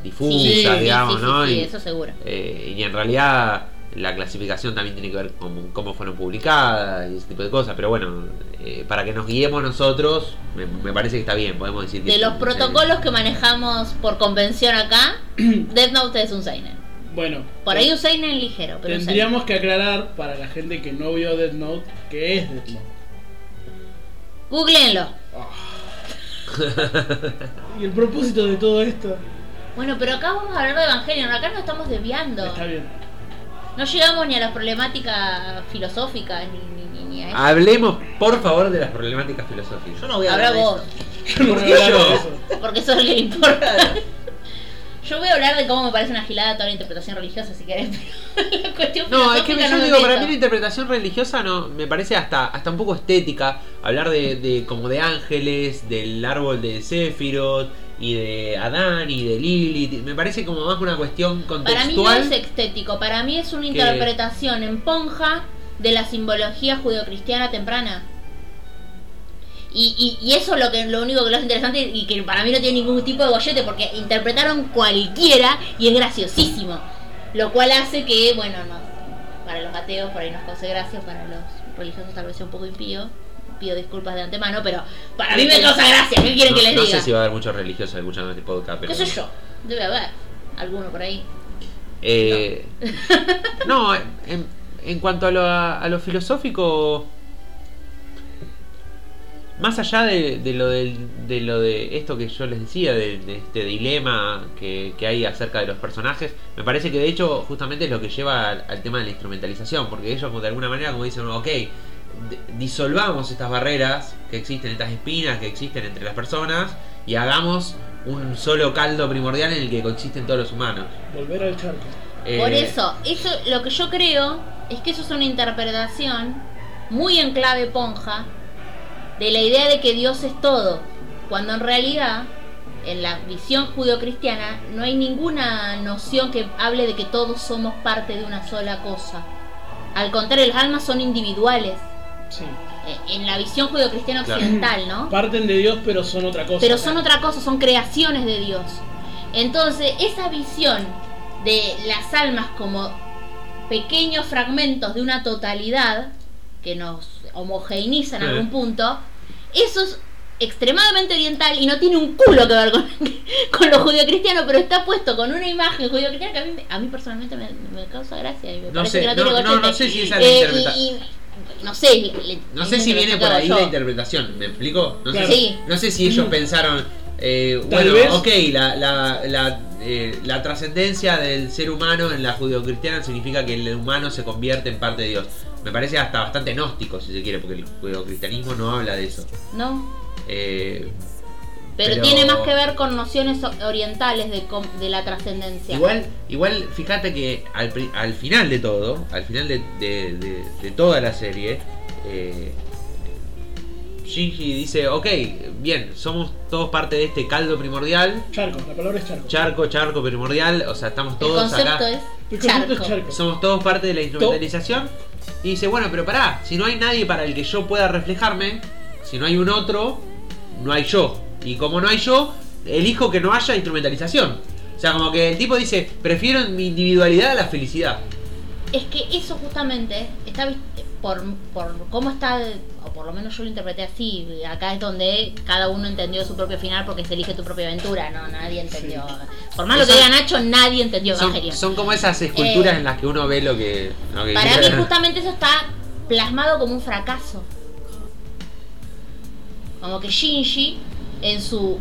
[SPEAKER 2] difusas,
[SPEAKER 4] Sí, sí,
[SPEAKER 2] digamos,
[SPEAKER 3] sí,
[SPEAKER 2] ¿no?
[SPEAKER 3] sí,
[SPEAKER 2] Y-
[SPEAKER 3] eso seguro.
[SPEAKER 2] Eh, y en realidad la clasificación también tiene que ver con cómo fueron publicadas y ese tipo de cosas. Pero bueno, eh, para que nos guiemos nosotros, me, me parece que está bien, podemos decir que...
[SPEAKER 3] De
[SPEAKER 2] es
[SPEAKER 3] los
[SPEAKER 2] un-
[SPEAKER 3] protocolos que manejamos por convención acá, Death Note es un seinen.
[SPEAKER 4] Bueno.
[SPEAKER 3] Por ahí un seinen ligero, pero un seinen.
[SPEAKER 4] Tendríamos que aclarar para la gente que no vio Death Note que es Death Note.
[SPEAKER 3] Googleenlo.
[SPEAKER 4] Y el propósito de todo esto
[SPEAKER 3] Bueno, pero acá vamos a hablar de Evangelion, acá nos estamos desviando.
[SPEAKER 4] está bien.
[SPEAKER 3] No llegamos ni a las problemáticas filosóficas, ni, ni, ni- ni a eso.
[SPEAKER 2] Hablemos, por favor, de las problemáticas filosóficas.
[SPEAKER 5] Yo no Ah, voy a
[SPEAKER 3] Habla
[SPEAKER 5] hablar de
[SPEAKER 3] vos,
[SPEAKER 5] eso.
[SPEAKER 4] Yo no voy a hablar de eso.
[SPEAKER 3] porque sos el que le importa. Yo voy a hablar de cómo me parece una gilada toda la interpretación religiosa, si querés, pero la cuestión
[SPEAKER 2] No, es que
[SPEAKER 3] filosófica
[SPEAKER 2] yo
[SPEAKER 3] no
[SPEAKER 2] digo,
[SPEAKER 3] me
[SPEAKER 2] para mí
[SPEAKER 3] meto.
[SPEAKER 2] la interpretación religiosa no, me parece hasta, hasta un poco estética. Hablar de, de como de ángeles, del árbol de Sephiroth y de Adán y de Lilith. Me parece como más una cuestión
[SPEAKER 3] Para mí no
[SPEAKER 2] contextual.
[SPEAKER 3] es estético, para mí es una interpretación en ponja de la simbología judeocristiana temprana. Y, y- y eso es lo que lo único que lo hace interesante y que para mí no tiene ningún tipo de gollete porque interpretaron cualquiera y es graciosísimo. Lo cual hace que, bueno, no, para los ateos por ahí nos cause gracia, para los religiosos tal vez sea un poco impío. Pido disculpas de antemano, pero para mí me causa gracia. ¿Qué quieren
[SPEAKER 2] no,
[SPEAKER 3] que les
[SPEAKER 2] no
[SPEAKER 3] diga?
[SPEAKER 2] sé si va a haber muchos religiosos escuchando este podcast, pero.
[SPEAKER 3] ¿Qué sé yo? Debe haber alguno por ahí.
[SPEAKER 2] Eh, no, en, en cuanto a lo, a lo filosófico, más allá de, de lo del- de lo de esto que yo les decía, de, de este dilema que, que hay acerca de los personajes, me parece que de hecho justamente es lo que lleva al, al tema de la instrumentalización, porque ellos como de alguna manera como dicen, ok, di- disolvamos estas barreras que existen, estas espinas que existen entre las personas y hagamos un solo caldo primordial en el que coexisten todos los humanos.
[SPEAKER 4] Volver al charco.
[SPEAKER 2] Eh,
[SPEAKER 3] Por eso, eso, lo que yo creo es que eso es una interpretación muy en clave ponja de la idea de que Dios es todo, cuando en realidad en la visión judeocristiana no hay ninguna noción que hable de que todos somos parte de una sola cosa. Al contrario, las almas son individuales
[SPEAKER 4] Sí.
[SPEAKER 3] eh, en la visión judeocristiana
[SPEAKER 2] Claro.
[SPEAKER 3] occidental, ¿no?
[SPEAKER 4] Parten de Dios, pero son otra cosa.
[SPEAKER 3] pero son otra cosa, son creaciones de Dios. Entonces, esa visión de las almas como pequeños fragmentos de una totalidad que nos homogeneiza en
[SPEAKER 2] Sí.
[SPEAKER 3] algún punto, eso es extremadamente oriental y no tiene un culo que ver con, con lo judio-cristiano, pero está puesto con una imagen judio-cristiana que a mí, me- a mí personalmente me, me causa gracia y me
[SPEAKER 2] No
[SPEAKER 3] parece
[SPEAKER 2] sé,
[SPEAKER 3] que no,
[SPEAKER 2] no,
[SPEAKER 3] tiene
[SPEAKER 2] no,
[SPEAKER 3] gochete.
[SPEAKER 2] no sé si esa es la
[SPEAKER 3] Eh,
[SPEAKER 2] interpreta-
[SPEAKER 3] y- y- No sé, le-
[SPEAKER 2] No
[SPEAKER 3] le-
[SPEAKER 2] sé si
[SPEAKER 3] le-
[SPEAKER 2] viene
[SPEAKER 3] le-
[SPEAKER 2] por ahí la
[SPEAKER 3] yo.
[SPEAKER 2] interpretación, ¿me explico? No,
[SPEAKER 4] Claro.
[SPEAKER 2] sé,
[SPEAKER 3] Sí. Mm.
[SPEAKER 2] no sé si ellos pensaron, eh,
[SPEAKER 4] Tal
[SPEAKER 2] bueno,
[SPEAKER 4] vez-
[SPEAKER 2] ok, la, la, la, eh, la trascendencia del ser humano en la judeocristiana significa que el humano se convierte en parte de Dios. Me parece hasta bastante gnóstico, si se quiere, porque el judeocristianismo no habla de eso.
[SPEAKER 3] No,
[SPEAKER 2] Eh,
[SPEAKER 3] Pero,
[SPEAKER 2] Pero-
[SPEAKER 3] tiene más que ver con nociones o- orientales de, com- de la trascendencia.
[SPEAKER 2] Igual, igual fíjate que al, pri- al final de todo, al final de, de- de- de toda la serie, eh, Shinji dice, ok, bien, somos todos parte de este caldo primordial,
[SPEAKER 4] Charco, la palabra es charco.
[SPEAKER 2] charco, charco primordial, o sea, estamos
[SPEAKER 3] el
[SPEAKER 2] todos
[SPEAKER 3] concepto
[SPEAKER 2] acá,
[SPEAKER 4] El
[SPEAKER 3] es
[SPEAKER 4] concepto
[SPEAKER 3] charco.
[SPEAKER 4] es charco.
[SPEAKER 2] somos todos parte de la instrumentalización, y dice, bueno, pero pará, si no hay nadie para el que yo pueda reflejarme, si no hay un otro, no hay yo, y como no hay yo, elijo que no haya instrumentalización. O sea, como que el tipo dice, prefiero mi individualidad a la felicidad.
[SPEAKER 3] Es que eso justamente está vis- por, por cómo está, o por lo menos yo lo interpreté así. Acá es donde cada uno entendió su propio final porque se elige tu propia aventura. No, nadie entendió. Por más lo que
[SPEAKER 2] Eso-
[SPEAKER 3] diga Nacho, nadie entendió
[SPEAKER 2] Son,
[SPEAKER 3] Evangelion.
[SPEAKER 2] son como esas esculturas
[SPEAKER 3] Eh,
[SPEAKER 2] en las que uno ve lo que. lo que
[SPEAKER 3] Para mí
[SPEAKER 2] quiere.
[SPEAKER 3] justamente eso está plasmado como un fracaso. Como que Shinji, en su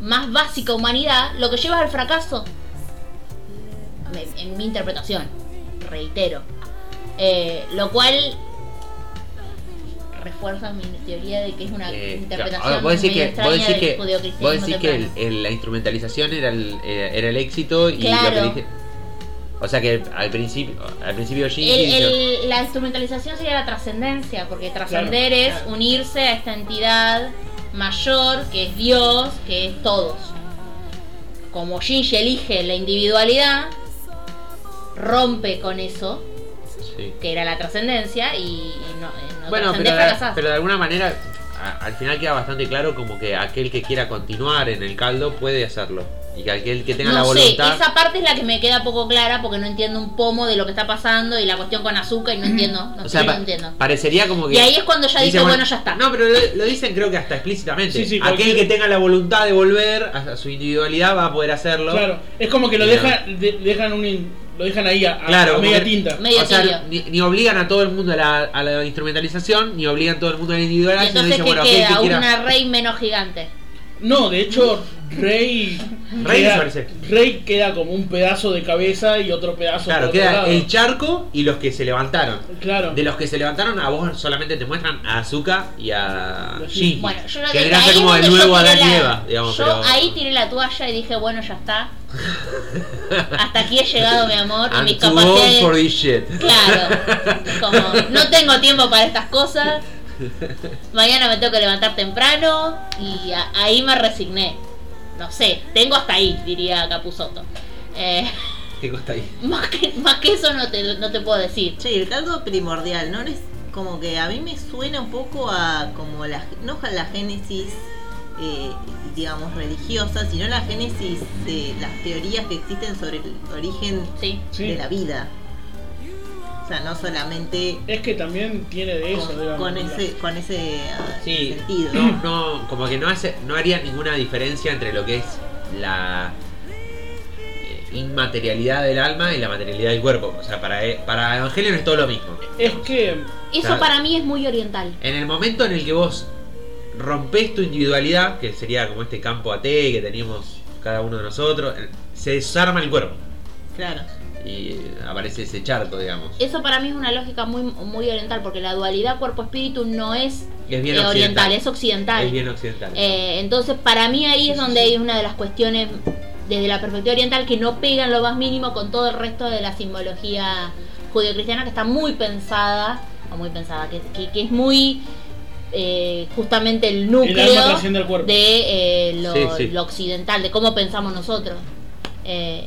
[SPEAKER 3] más básica humanidad, lo que lleva es al fracaso. Me- En mi interpretación, reitero. Eh, lo cual refuerza mi teoría de que es una
[SPEAKER 2] Eh,
[SPEAKER 3] interpretación
[SPEAKER 2] ahora, vos decís
[SPEAKER 3] medio
[SPEAKER 2] que, vos
[SPEAKER 3] extraña
[SPEAKER 2] decís
[SPEAKER 3] del
[SPEAKER 2] que,
[SPEAKER 3] judeocristianismo
[SPEAKER 2] vos decís que el-
[SPEAKER 3] temprano.
[SPEAKER 2] el- la instrumentalización era el, eh, era el éxito y lo que
[SPEAKER 3] Claro.
[SPEAKER 2] dije. O sea que al principio, al principio Shinji
[SPEAKER 3] El-
[SPEAKER 2] dice,
[SPEAKER 3] el- la instrumentalización sería la trascendencia, porque trascender
[SPEAKER 4] Claro,
[SPEAKER 3] es
[SPEAKER 4] claro.
[SPEAKER 3] unirse a esta entidad mayor que es Dios, que es todos. Como Shinji elige la individualidad, rompe con eso,
[SPEAKER 2] sí.
[SPEAKER 3] que era la trascendencia, y no, eh, no
[SPEAKER 2] Bueno,
[SPEAKER 3] trascendés,
[SPEAKER 2] pero,
[SPEAKER 3] fracasás.
[SPEAKER 2] pero de alguna manera a- al final queda bastante claro como que aquel que quiera continuar en el caldo puede hacerlo. Y que aquel que tenga la
[SPEAKER 3] no sé,
[SPEAKER 2] voluntad.
[SPEAKER 3] esa parte es la que me queda poco clara porque no entiendo un pomo de lo que está pasando y la cuestión con azúcar y no entiendo, no,
[SPEAKER 2] o
[SPEAKER 3] sé,
[SPEAKER 2] sea,
[SPEAKER 3] no
[SPEAKER 2] pa-
[SPEAKER 3] entiendo.
[SPEAKER 2] parecería como que.
[SPEAKER 3] Y ahí es cuando ya
[SPEAKER 2] Dice,
[SPEAKER 3] dice, bueno, ya está.
[SPEAKER 2] No, pero lo, lo dicen creo que hasta explícitamente.
[SPEAKER 4] Sí, sí,
[SPEAKER 2] Aquel
[SPEAKER 4] cualquier-
[SPEAKER 2] que tenga la voluntad de volver a, a su individualidad va a poder hacerlo.
[SPEAKER 4] Claro, es como que lo
[SPEAKER 2] Claro.
[SPEAKER 4] deja, de- dejan un in- lo dejan ahí a, a-
[SPEAKER 2] Claro,
[SPEAKER 4] a
[SPEAKER 2] como
[SPEAKER 4] media
[SPEAKER 2] que-
[SPEAKER 4] tinta.
[SPEAKER 3] Me- Medio
[SPEAKER 2] o sea,
[SPEAKER 3] tibio.
[SPEAKER 2] ni, ni obligan a todo el mundo a la, a la instrumentalización, ni obligan a todo el mundo a la
[SPEAKER 3] Y
[SPEAKER 2] individualidad, sino
[SPEAKER 3] entonces,
[SPEAKER 2] dicen,
[SPEAKER 3] ¿qué
[SPEAKER 2] bueno, aquel
[SPEAKER 3] queda?
[SPEAKER 2] que quiera.
[SPEAKER 3] Una rey menos gigante.
[SPEAKER 4] No, de hecho, Rey.
[SPEAKER 6] Rey
[SPEAKER 4] queda,
[SPEAKER 6] desaparece.
[SPEAKER 4] Rey queda como un pedazo de cabeza y otro pedazo por
[SPEAKER 6] Claro,
[SPEAKER 4] otro
[SPEAKER 6] queda
[SPEAKER 4] lado.
[SPEAKER 6] el charco y los que se levantaron.
[SPEAKER 4] Claro.
[SPEAKER 6] De los que se levantaron, a vos solamente te muestran a Azuka y a Shinji.
[SPEAKER 3] Bueno, yo no
[SPEAKER 6] que
[SPEAKER 3] ahí
[SPEAKER 6] vendrá a ser como
[SPEAKER 3] es
[SPEAKER 6] el
[SPEAKER 3] donde yo
[SPEAKER 6] nuevo Adán
[SPEAKER 3] tiré
[SPEAKER 6] y
[SPEAKER 3] la-
[SPEAKER 6] Eva, digamos.
[SPEAKER 3] Yo
[SPEAKER 6] pero-
[SPEAKER 3] ahí tiré la toalla y dije, bueno, ya está. Hasta aquí he llegado, mi amor, y
[SPEAKER 2] I'm
[SPEAKER 3] mis
[SPEAKER 2] too old for
[SPEAKER 3] capacidades.
[SPEAKER 2] this shit.
[SPEAKER 3] Claro. Como, no tengo tiempo para estas cosas. Mañana me tengo que levantar temprano y a- ahí me resigné. No sé, tengo hasta ahí, diría Capuzoto. Eh,
[SPEAKER 6] ¿Qué costa ahí?
[SPEAKER 3] más, que, más que eso no te, no te puedo decir.
[SPEAKER 5] Che, el algo primordial, ¿no? Es como que a mí me suena un poco a como la, no a la génesis, eh, digamos, religiosa, sino la génesis de las teorías que existen sobre el origen
[SPEAKER 3] Sí.
[SPEAKER 4] Sí.
[SPEAKER 5] de la vida. O sea, no solamente
[SPEAKER 4] Es que también tiene de eso,
[SPEAKER 5] con,
[SPEAKER 4] digamos.
[SPEAKER 5] con ese, con ese ah,
[SPEAKER 6] Sí,
[SPEAKER 5] sentido.
[SPEAKER 6] no, no, como que no hace, no haría ninguna diferencia entre lo que es la eh, inmaterialidad del alma y la materialidad del cuerpo. O sea, para, e- para Evangelion es todo lo mismo.
[SPEAKER 4] Es que.
[SPEAKER 3] Eso
[SPEAKER 6] Claro.
[SPEAKER 3] para mí es muy oriental.
[SPEAKER 6] En el momento en el que vos rompes tu individualidad, que sería como este campo AT que teníamos cada uno de nosotros, eh, se desarma el cuerpo
[SPEAKER 5] Claro.
[SPEAKER 6] y eh, aparece ese charco, digamos.
[SPEAKER 3] Eso para mí es una lógica muy, muy oriental, porque la dualidad cuerpo-espíritu no es
[SPEAKER 6] Es bien
[SPEAKER 3] eh, oriental,
[SPEAKER 6] occidental.
[SPEAKER 3] es occidental.
[SPEAKER 6] Es bien occidental.
[SPEAKER 3] Eh, entonces, para mí ahí es donde hay una de las cuestiones desde la perspectiva oriental que no pega en lo más mínimo con todo el resto de la simbología judio-cristiana que está muy pensada, o muy pensada, que, que- que es muy eh, justamente el núcleo
[SPEAKER 4] El alma trasciende al cuerpo.
[SPEAKER 3] de eh, lo,
[SPEAKER 6] Sí, sí.
[SPEAKER 3] lo occidental, de cómo pensamos nosotros. Eh,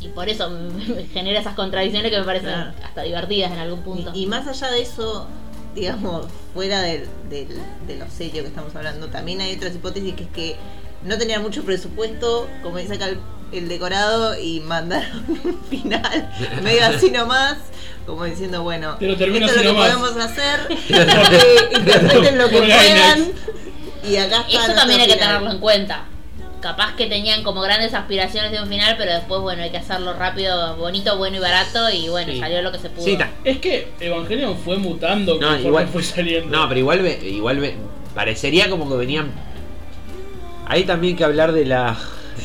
[SPEAKER 3] y por eso genera esas contradicciones que me parecen
[SPEAKER 5] Claro.
[SPEAKER 3] hasta divertidas en algún punto.
[SPEAKER 5] Y, y más allá de eso, digamos, fuera del- del- de lo serio que estamos hablando, también hay otras hipótesis que es que no tenían mucho presupuesto, como dice acá el, el decorado, y mandaron un final medio así nomás, como diciendo, bueno,
[SPEAKER 4] Te lo
[SPEAKER 5] esto
[SPEAKER 4] termino
[SPEAKER 5] es lo que
[SPEAKER 4] así nomás.
[SPEAKER 5] podemos hacer, eh, interpreten lo que
[SPEAKER 4] Por ganas.
[SPEAKER 5] puedan, y acá está.
[SPEAKER 3] Eso
[SPEAKER 5] nuestro
[SPEAKER 3] también hay que
[SPEAKER 5] final.
[SPEAKER 3] tenerlo en cuenta. Capaz que tenían como grandes aspiraciones de un final, pero después, bueno, hay que hacerlo rápido, bonito, bueno y barato. Y bueno,
[SPEAKER 6] Sí.
[SPEAKER 3] salió lo que se pudo.
[SPEAKER 6] Sí, ta-
[SPEAKER 4] Es que Evangelion fue mutando
[SPEAKER 2] No,
[SPEAKER 4] conforme
[SPEAKER 2] igual-
[SPEAKER 4] fue saliendo.
[SPEAKER 2] No, pero igual, ve- igual ve- parecería como que venían. Ahí también hay que hablar de la,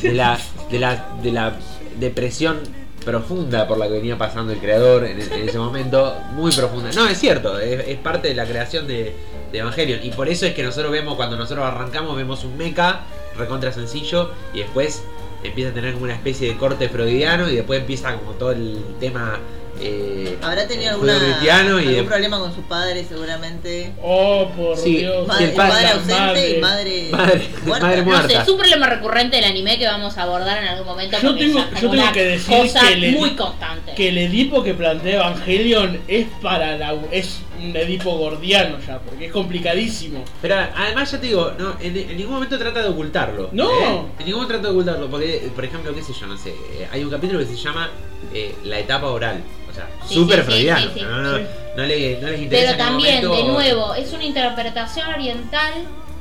[SPEAKER 2] de la, de la, de la depresión profunda por la que venía pasando el creador en, e- en ese momento, muy profunda. No, es cierto, es, es parte de la creación de, de Evangelion y por eso es que nosotros vemos cuando nosotros arrancamos vemos un mecha recontra sencillo y después empieza a tener como una especie de corte freudiano y después empieza como todo el tema eh,
[SPEAKER 5] Habrá tenido
[SPEAKER 2] judío
[SPEAKER 5] alguna,
[SPEAKER 2] cristiano y
[SPEAKER 5] algún
[SPEAKER 2] de-
[SPEAKER 5] problema con su padre, seguramente.
[SPEAKER 4] Oh, por
[SPEAKER 2] Sí,
[SPEAKER 4] Dios.
[SPEAKER 2] sí, el
[SPEAKER 5] Madre,
[SPEAKER 2] padre-
[SPEAKER 5] madre ausente y
[SPEAKER 4] madre.
[SPEAKER 5] madre,
[SPEAKER 2] Madre- madre
[SPEAKER 3] No sé,
[SPEAKER 2] muerta.
[SPEAKER 3] es un problema recurrente del anime que vamos a abordar en algún momento.
[SPEAKER 4] Yo
[SPEAKER 3] porque
[SPEAKER 4] tengo-
[SPEAKER 3] ya es
[SPEAKER 4] yo tengo
[SPEAKER 3] una
[SPEAKER 4] que decir
[SPEAKER 3] cosa
[SPEAKER 4] que le-
[SPEAKER 3] muy constante.
[SPEAKER 4] Que el Edipo que plantea Evangelion es para la. Es un Edipo gordiano ya, porque es complicadísimo.
[SPEAKER 6] Pero además ya te digo, no, en, en ningún momento trata de ocultarlo.
[SPEAKER 4] No.
[SPEAKER 6] ¿eh? En ningún momento trata de ocultarlo, porque, eh, por ejemplo, qué sé yo, no sé, eh, hay un capítulo que se llama eh, La etapa oral. O sea,
[SPEAKER 3] Sí,
[SPEAKER 6] súper
[SPEAKER 3] sí, sí,
[SPEAKER 6] freudiano.
[SPEAKER 3] sí, sí.
[SPEAKER 6] No, no, no,
[SPEAKER 4] Sí.
[SPEAKER 6] no le- no les interesa.
[SPEAKER 3] Pero
[SPEAKER 6] en ningún
[SPEAKER 3] también, de
[SPEAKER 6] momento-
[SPEAKER 3] nuevo, es una interpretación oriental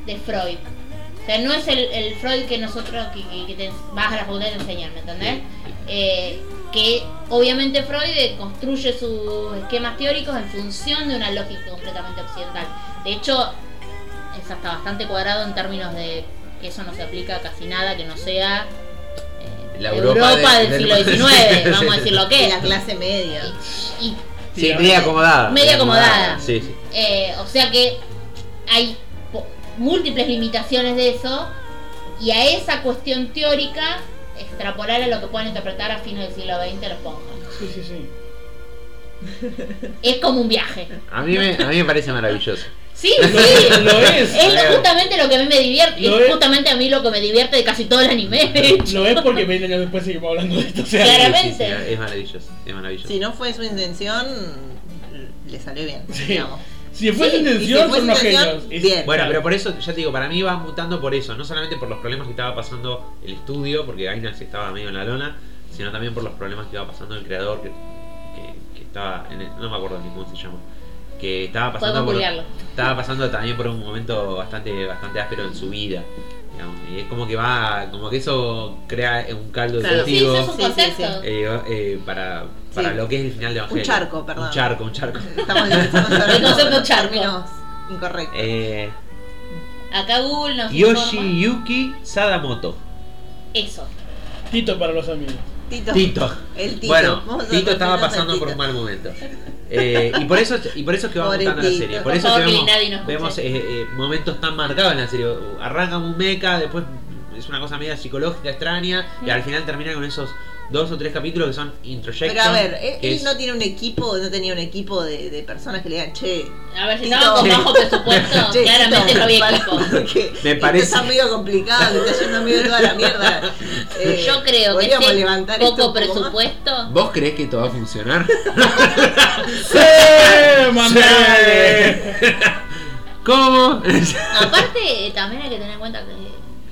[SPEAKER 3] de Freud. O sea, no es el, el Freud que nosotros que, que- que te vas a la facultad y te enseñan, ¿me entendés? Eh, que obviamente Freud eh, construye sus esquemas teóricos en función de una lógica completamente occidental. De hecho, es hasta bastante cuadrado en términos de que eso no se aplica a casi nada que no sea eh,
[SPEAKER 2] La
[SPEAKER 3] Europa,
[SPEAKER 2] Europa de-
[SPEAKER 3] del
[SPEAKER 2] del-
[SPEAKER 3] siglo XIX, vamos a decir lo que
[SPEAKER 5] de
[SPEAKER 3] es.
[SPEAKER 5] la clase media.
[SPEAKER 3] Y- y
[SPEAKER 2] Sí, media acomodada.
[SPEAKER 3] Media acomodada.
[SPEAKER 2] Sí, sí.
[SPEAKER 3] Eh, o sea que hay po- múltiples limitaciones de eso y a esa cuestión teórica extrapolar a lo que puedan interpretar a fines del siglo XX los pongan.
[SPEAKER 4] Sí, sí, sí.
[SPEAKER 3] Es como un viaje.
[SPEAKER 2] A mí, me, a mí me parece maravilloso.
[SPEAKER 3] Sí, sí.
[SPEAKER 4] Lo es.
[SPEAKER 3] Es lo- justamente lo que a mí me divierte,
[SPEAKER 4] Lo
[SPEAKER 3] es
[SPEAKER 4] es.
[SPEAKER 3] justamente a mí lo que me divierte de casi todo el anime, de hecho.
[SPEAKER 4] Lo es porque 20 años después seguimos hablando de esto. O sea,
[SPEAKER 3] Claro.
[SPEAKER 6] Sí, sí, sí,
[SPEAKER 3] Claramente.
[SPEAKER 6] es maravilloso, es maravilloso.
[SPEAKER 5] Si no fue su intención, le salió bien.
[SPEAKER 4] Sí.
[SPEAKER 5] digamos.
[SPEAKER 4] si fue su
[SPEAKER 5] Sí,
[SPEAKER 4] intención,
[SPEAKER 5] y si fue
[SPEAKER 4] son unos
[SPEAKER 5] su intención,
[SPEAKER 4] genios. Es-
[SPEAKER 5] bien.
[SPEAKER 6] Bueno,
[SPEAKER 4] claro.
[SPEAKER 6] pero por eso, ya te digo, para mí va mutando por eso, no solamente por los problemas que estaba pasando el estudio, porque Aina se estaba medio en la lona, sino también por los problemas que iba pasando el creador, que, que- que estaba, en el- no me acuerdo ni cómo se llama, que estaba pasando
[SPEAKER 3] Podemos
[SPEAKER 6] por,
[SPEAKER 3] googlearlo.
[SPEAKER 6] estaba pasando también por un momento bastante, bastante áspero en su vida. digamos, y es como que va, como que eso crea un caldo
[SPEAKER 5] Claro.
[SPEAKER 6] de
[SPEAKER 3] Sí, eso es un
[SPEAKER 5] Sí, sí,
[SPEAKER 3] contexto.
[SPEAKER 5] sí.
[SPEAKER 6] eh, eh, para, para
[SPEAKER 5] Sí.
[SPEAKER 6] lo que es el final de Evangelio.
[SPEAKER 5] charco, perdón.
[SPEAKER 6] Un charco, un charco.
[SPEAKER 5] Estamos, estamos
[SPEAKER 3] El
[SPEAKER 5] hablando
[SPEAKER 3] concepto
[SPEAKER 5] de
[SPEAKER 3] charco.
[SPEAKER 4] Eh,
[SPEAKER 5] términos incorrectos.
[SPEAKER 6] Eh,
[SPEAKER 3] Acá Google nos informa-
[SPEAKER 2] Yoshiyuki Sadamoto.
[SPEAKER 3] Eso.
[SPEAKER 4] Tito para los amigos.
[SPEAKER 5] Tito.
[SPEAKER 2] Tito.
[SPEAKER 5] El Tito.
[SPEAKER 2] Bueno,
[SPEAKER 5] Vamos a
[SPEAKER 2] Tito estaba
[SPEAKER 5] acostumbrarnos al
[SPEAKER 2] pasando por
[SPEAKER 5] Tito.
[SPEAKER 2] un mal momento. Eh, y por eso y por eso es que va
[SPEAKER 5] Pobrecito.
[SPEAKER 2] mutando la serie. Por eso
[SPEAKER 3] Por
[SPEAKER 2] que
[SPEAKER 3] favor, que
[SPEAKER 2] vemos,
[SPEAKER 3] nadie nos escuche.
[SPEAKER 2] vemos, eh, eh, momentos tan marcados en la serie. Arranca un meca, después es una cosa media psicológica, extraña, y al final termina con esos dos o tres capítulos que son introjection.
[SPEAKER 5] Mm. Pero a ver, él,
[SPEAKER 2] que
[SPEAKER 5] él
[SPEAKER 2] es-
[SPEAKER 5] no tiene un equipo, no tenía un equipo de, de personas que le digan, che,
[SPEAKER 3] A ver, si
[SPEAKER 5] Tito.
[SPEAKER 3] estaban con
[SPEAKER 5] Sí.
[SPEAKER 3] bajo presupuesto,
[SPEAKER 5] che,
[SPEAKER 3] claramente
[SPEAKER 5] Tito,
[SPEAKER 3] no había
[SPEAKER 5] pará,
[SPEAKER 3] equipo.
[SPEAKER 5] porque
[SPEAKER 2] Me
[SPEAKER 5] esto
[SPEAKER 2] parece-
[SPEAKER 5] está medio complicado, se está yendo medio toda la mierda. Eh,
[SPEAKER 3] Yo creo que
[SPEAKER 5] podríamos
[SPEAKER 3] este
[SPEAKER 5] levantar esto
[SPEAKER 3] poco
[SPEAKER 5] un poco más.
[SPEAKER 3] presupuesto.
[SPEAKER 7] ¿Vos crees que esto va a funcionar?
[SPEAKER 4] ¡Sí! ¡Mandale!
[SPEAKER 7] ¿Cómo?
[SPEAKER 3] Aparte, eh, también hay que tener en cuenta que,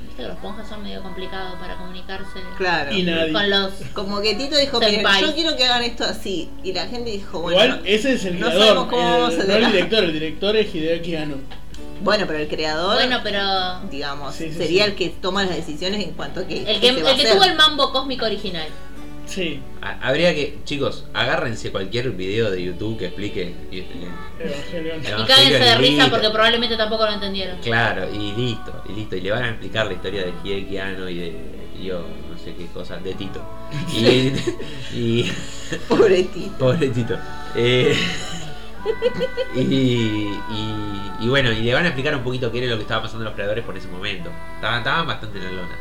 [SPEAKER 3] viste que los ponjas son medio complicados para comunicarse
[SPEAKER 5] Claro.
[SPEAKER 4] Y nadie.
[SPEAKER 3] con los.
[SPEAKER 5] Como que Tito dijo, miren,
[SPEAKER 3] Senpai.
[SPEAKER 5] yo quiero que hagan esto así. Y la gente dijo, bueno.
[SPEAKER 4] Igual
[SPEAKER 5] no.
[SPEAKER 4] ese es el
[SPEAKER 5] no
[SPEAKER 4] creador.
[SPEAKER 5] sabemos cómo
[SPEAKER 4] eh,
[SPEAKER 5] vamos a
[SPEAKER 4] no el
[SPEAKER 5] llegar.
[SPEAKER 4] director, el director es Hideaki Anno.
[SPEAKER 5] Bueno, pero el creador,
[SPEAKER 3] Bueno, pero.
[SPEAKER 5] digamos,
[SPEAKER 4] Sí, sí,
[SPEAKER 5] sería
[SPEAKER 4] sí.
[SPEAKER 5] el que toma las decisiones en cuanto a que.
[SPEAKER 3] El que,
[SPEAKER 5] qué se va a
[SPEAKER 3] el que
[SPEAKER 5] hacer.
[SPEAKER 3] tuvo el mambo cósmico original.
[SPEAKER 4] Sí.
[SPEAKER 2] Ha- Habría que, chicos, agárrense cualquier video de YouTube que explique. y- eh, y-
[SPEAKER 4] Evangelion.
[SPEAKER 2] Claro.
[SPEAKER 3] Y
[SPEAKER 2] Ah,
[SPEAKER 3] cáguense
[SPEAKER 2] sí,
[SPEAKER 3] de risa
[SPEAKER 2] listo.
[SPEAKER 3] porque probablemente tampoco lo entendieron.
[SPEAKER 2] Claro, y listo, y listo. Y le van a explicar la historia de Hideki Anno y de yo, no sé qué cosa, de Tito. Y, y-
[SPEAKER 5] Pobre Tito.
[SPEAKER 2] pobre Tito. Eh, y, y- y bueno, y le van a explicar un poquito qué era lo que estaba pasando a los creadores por ese momento. Estaban, estaban bastante en la lona.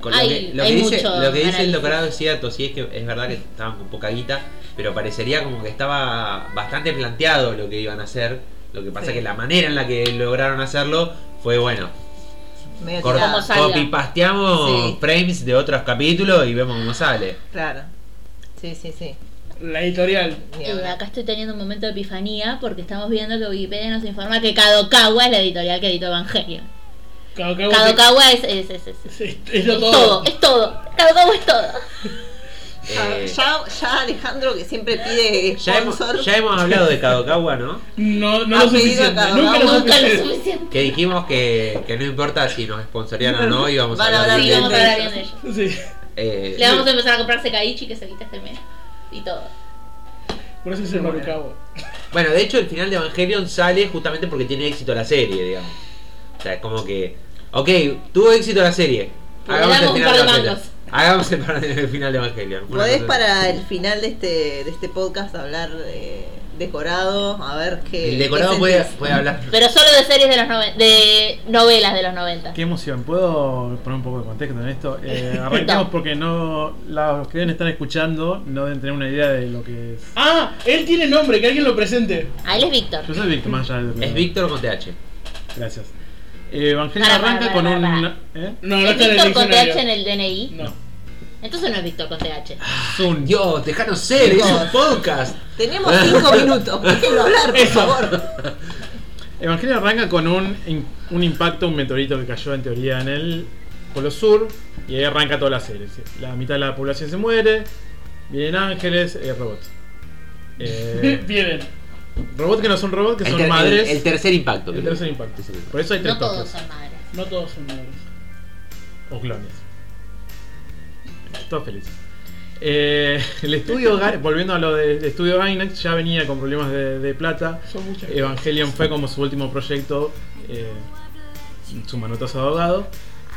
[SPEAKER 2] Con lo,
[SPEAKER 3] Hay-
[SPEAKER 2] que, lo que
[SPEAKER 3] hay
[SPEAKER 2] dice,
[SPEAKER 3] mucho
[SPEAKER 2] lo que dice el
[SPEAKER 3] análisis.
[SPEAKER 2] doctorado es cierto, sí es que es verdad que estaban con poca guita, pero parecería como que estaba bastante planteado lo que iban a hacer. Lo que pasa
[SPEAKER 5] Sí.
[SPEAKER 2] que la manera en la que lograron hacerlo fue bueno.
[SPEAKER 5] Medio
[SPEAKER 3] Como
[SPEAKER 5] tirado.
[SPEAKER 3] sa- salga.
[SPEAKER 2] Copypasteamos
[SPEAKER 5] Sí.
[SPEAKER 2] frames de otros capítulos y vemos cómo sale.
[SPEAKER 5] Claro. Sí, sí, sí.
[SPEAKER 4] La editorial.
[SPEAKER 5] Ni
[SPEAKER 3] Eh,
[SPEAKER 5] hablar.
[SPEAKER 3] acá estoy teniendo un momento de epifanía porque estamos viendo que Wikipedia nos informa que Kadokawa es la editorial que editó Evangelion.
[SPEAKER 4] Kadokawa.
[SPEAKER 3] Kadokawa es, es, es, es- es
[SPEAKER 4] Es, es- es lo
[SPEAKER 3] todo, es todo. Kadokawa es todo.
[SPEAKER 5] Ya,
[SPEAKER 2] Eh,
[SPEAKER 5] ya- ya Alejandro, que siempre pide
[SPEAKER 2] ya, hemos,
[SPEAKER 5] sponsor.
[SPEAKER 2] ya hemos hablado de Kadokawa, ¿no?
[SPEAKER 4] No, no
[SPEAKER 5] Ha
[SPEAKER 4] lo
[SPEAKER 5] pedido
[SPEAKER 4] suficiente.
[SPEAKER 5] Kadokawa.
[SPEAKER 4] Nunca lo
[SPEAKER 3] Nunca lo
[SPEAKER 4] suficiente.
[SPEAKER 3] suficiente.
[SPEAKER 2] Que dijimos que, que no importa si nos sponsorían o no, íbamos a
[SPEAKER 5] Van a
[SPEAKER 2] hablar
[SPEAKER 5] hablar
[SPEAKER 3] Sí,
[SPEAKER 2] de
[SPEAKER 3] vamos a hablar bien
[SPEAKER 5] ellos.
[SPEAKER 3] de ellos.
[SPEAKER 4] Sí.
[SPEAKER 2] Eh,
[SPEAKER 3] Le vamos a empezar a comprar Sekaiichi que se edita este mes. Y todo.
[SPEAKER 4] Por eso es el
[SPEAKER 5] Bueno.
[SPEAKER 4] Marukawa.
[SPEAKER 2] Bueno, de hecho el final de Evangelion sale justamente porque tiene éxito la serie, digamos. O sea, es como que... Ok, tuvo éxito la serie.
[SPEAKER 3] Le
[SPEAKER 2] Hagamos el
[SPEAKER 3] damos un
[SPEAKER 2] final
[SPEAKER 3] par
[SPEAKER 2] de
[SPEAKER 3] de
[SPEAKER 2] Evangelion.
[SPEAKER 3] mangos.
[SPEAKER 2] Hagamos el par de- el final de Evangelion. Una
[SPEAKER 5] ¿Podés
[SPEAKER 2] cosa-
[SPEAKER 5] para el final de este, de este podcast hablar de decorado? A ver qué.
[SPEAKER 2] El decorado
[SPEAKER 5] qué
[SPEAKER 2] puede,
[SPEAKER 5] sentís?
[SPEAKER 2] puede hablar.
[SPEAKER 3] Pero solo de series de los noven- de novelas de los 90.
[SPEAKER 8] Qué emoción. ¿Puedo poner un poco de contexto en esto? Eh, arrancamos
[SPEAKER 3] No.
[SPEAKER 8] porque no los que están escuchando no deben tener una idea de lo que es.
[SPEAKER 4] Ah, él tiene nombre, que alguien lo presente.
[SPEAKER 3] A él es Víctor.
[SPEAKER 8] Yo soy Víctor, más allá de-
[SPEAKER 2] Es Víctor con TH.
[SPEAKER 8] Gracias. Eh, Evangelio
[SPEAKER 3] Para, para,
[SPEAKER 8] arranca
[SPEAKER 3] para,
[SPEAKER 8] con
[SPEAKER 3] para,
[SPEAKER 8] un.
[SPEAKER 3] para.
[SPEAKER 8] ¿eh?
[SPEAKER 4] No, no
[SPEAKER 3] ¿Es
[SPEAKER 4] está en el
[SPEAKER 3] Víctor con
[SPEAKER 4] diccionario.
[SPEAKER 3] TH en el DNI?
[SPEAKER 4] No.
[SPEAKER 3] Entonces no es Víctor con TH.
[SPEAKER 8] Zoom.
[SPEAKER 2] Dios, dejanos ser, es un podcast.
[SPEAKER 5] Tenemos cinco minutos. Déjenlo hablar, por favor.
[SPEAKER 8] Evangelio arranca con un, in- un impacto, un meteorito que cayó en teoría en el Polo Sur y ahí arranca toda la serie. La mitad de la población se muere, vienen ángeles, eh, robots. Eh,
[SPEAKER 4] Vienen.
[SPEAKER 8] robots que no son robots, que
[SPEAKER 2] El,
[SPEAKER 8] son
[SPEAKER 2] ter- el-
[SPEAKER 8] madres.
[SPEAKER 2] el tercer impacto.
[SPEAKER 8] El
[SPEAKER 2] creo.
[SPEAKER 8] tercer impacto.
[SPEAKER 2] Sí.
[SPEAKER 8] Por eso hay tres
[SPEAKER 3] No todos
[SPEAKER 8] toques,
[SPEAKER 3] son madres.
[SPEAKER 4] No todos son nombres.
[SPEAKER 8] o clones. Todo feliz. Eh, el estudio, Ga- volviendo a lo del estudio Gainax, ya venía con problemas de- de plata.
[SPEAKER 4] Son muchas.
[SPEAKER 8] Evangelion fue como su último proyecto, eh, su manotazo de abogado.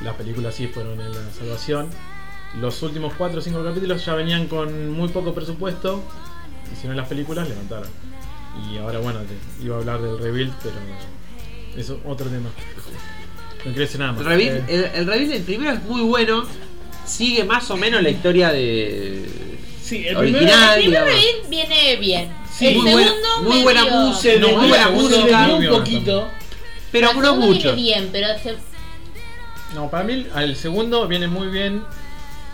[SPEAKER 8] Las películas sí fueron en la salvación. Los últimos 4 o 5 capítulos ya venían con muy poco presupuesto. Hicieron las películas, levantaron. Y ahora, bueno, te- iba a hablar del rebuild, pero es otro tema. No quiero decir nada más.
[SPEAKER 2] El reveal,
[SPEAKER 8] Eh,
[SPEAKER 2] el, el reveal del primero es muy bueno. Sigue más o menos la historia de.
[SPEAKER 4] Sí, el
[SPEAKER 2] Original.
[SPEAKER 4] primero.
[SPEAKER 2] Ah,
[SPEAKER 3] El primer
[SPEAKER 2] digamos.
[SPEAKER 3] review viene bien.
[SPEAKER 4] Sí,
[SPEAKER 3] el
[SPEAKER 4] muy
[SPEAKER 2] buena-
[SPEAKER 3] segundo
[SPEAKER 2] muy buena
[SPEAKER 3] medio-
[SPEAKER 2] música,
[SPEAKER 4] Se
[SPEAKER 8] No,
[SPEAKER 4] desvió-
[SPEAKER 8] muy buena música.
[SPEAKER 4] se desvió un
[SPEAKER 8] Muy buena
[SPEAKER 4] poquito.
[SPEAKER 2] Pero
[SPEAKER 3] el
[SPEAKER 2] no
[SPEAKER 3] segundo
[SPEAKER 2] mucho.
[SPEAKER 3] Viene bien, pero se-
[SPEAKER 8] no, para mí, al segundo viene muy bien.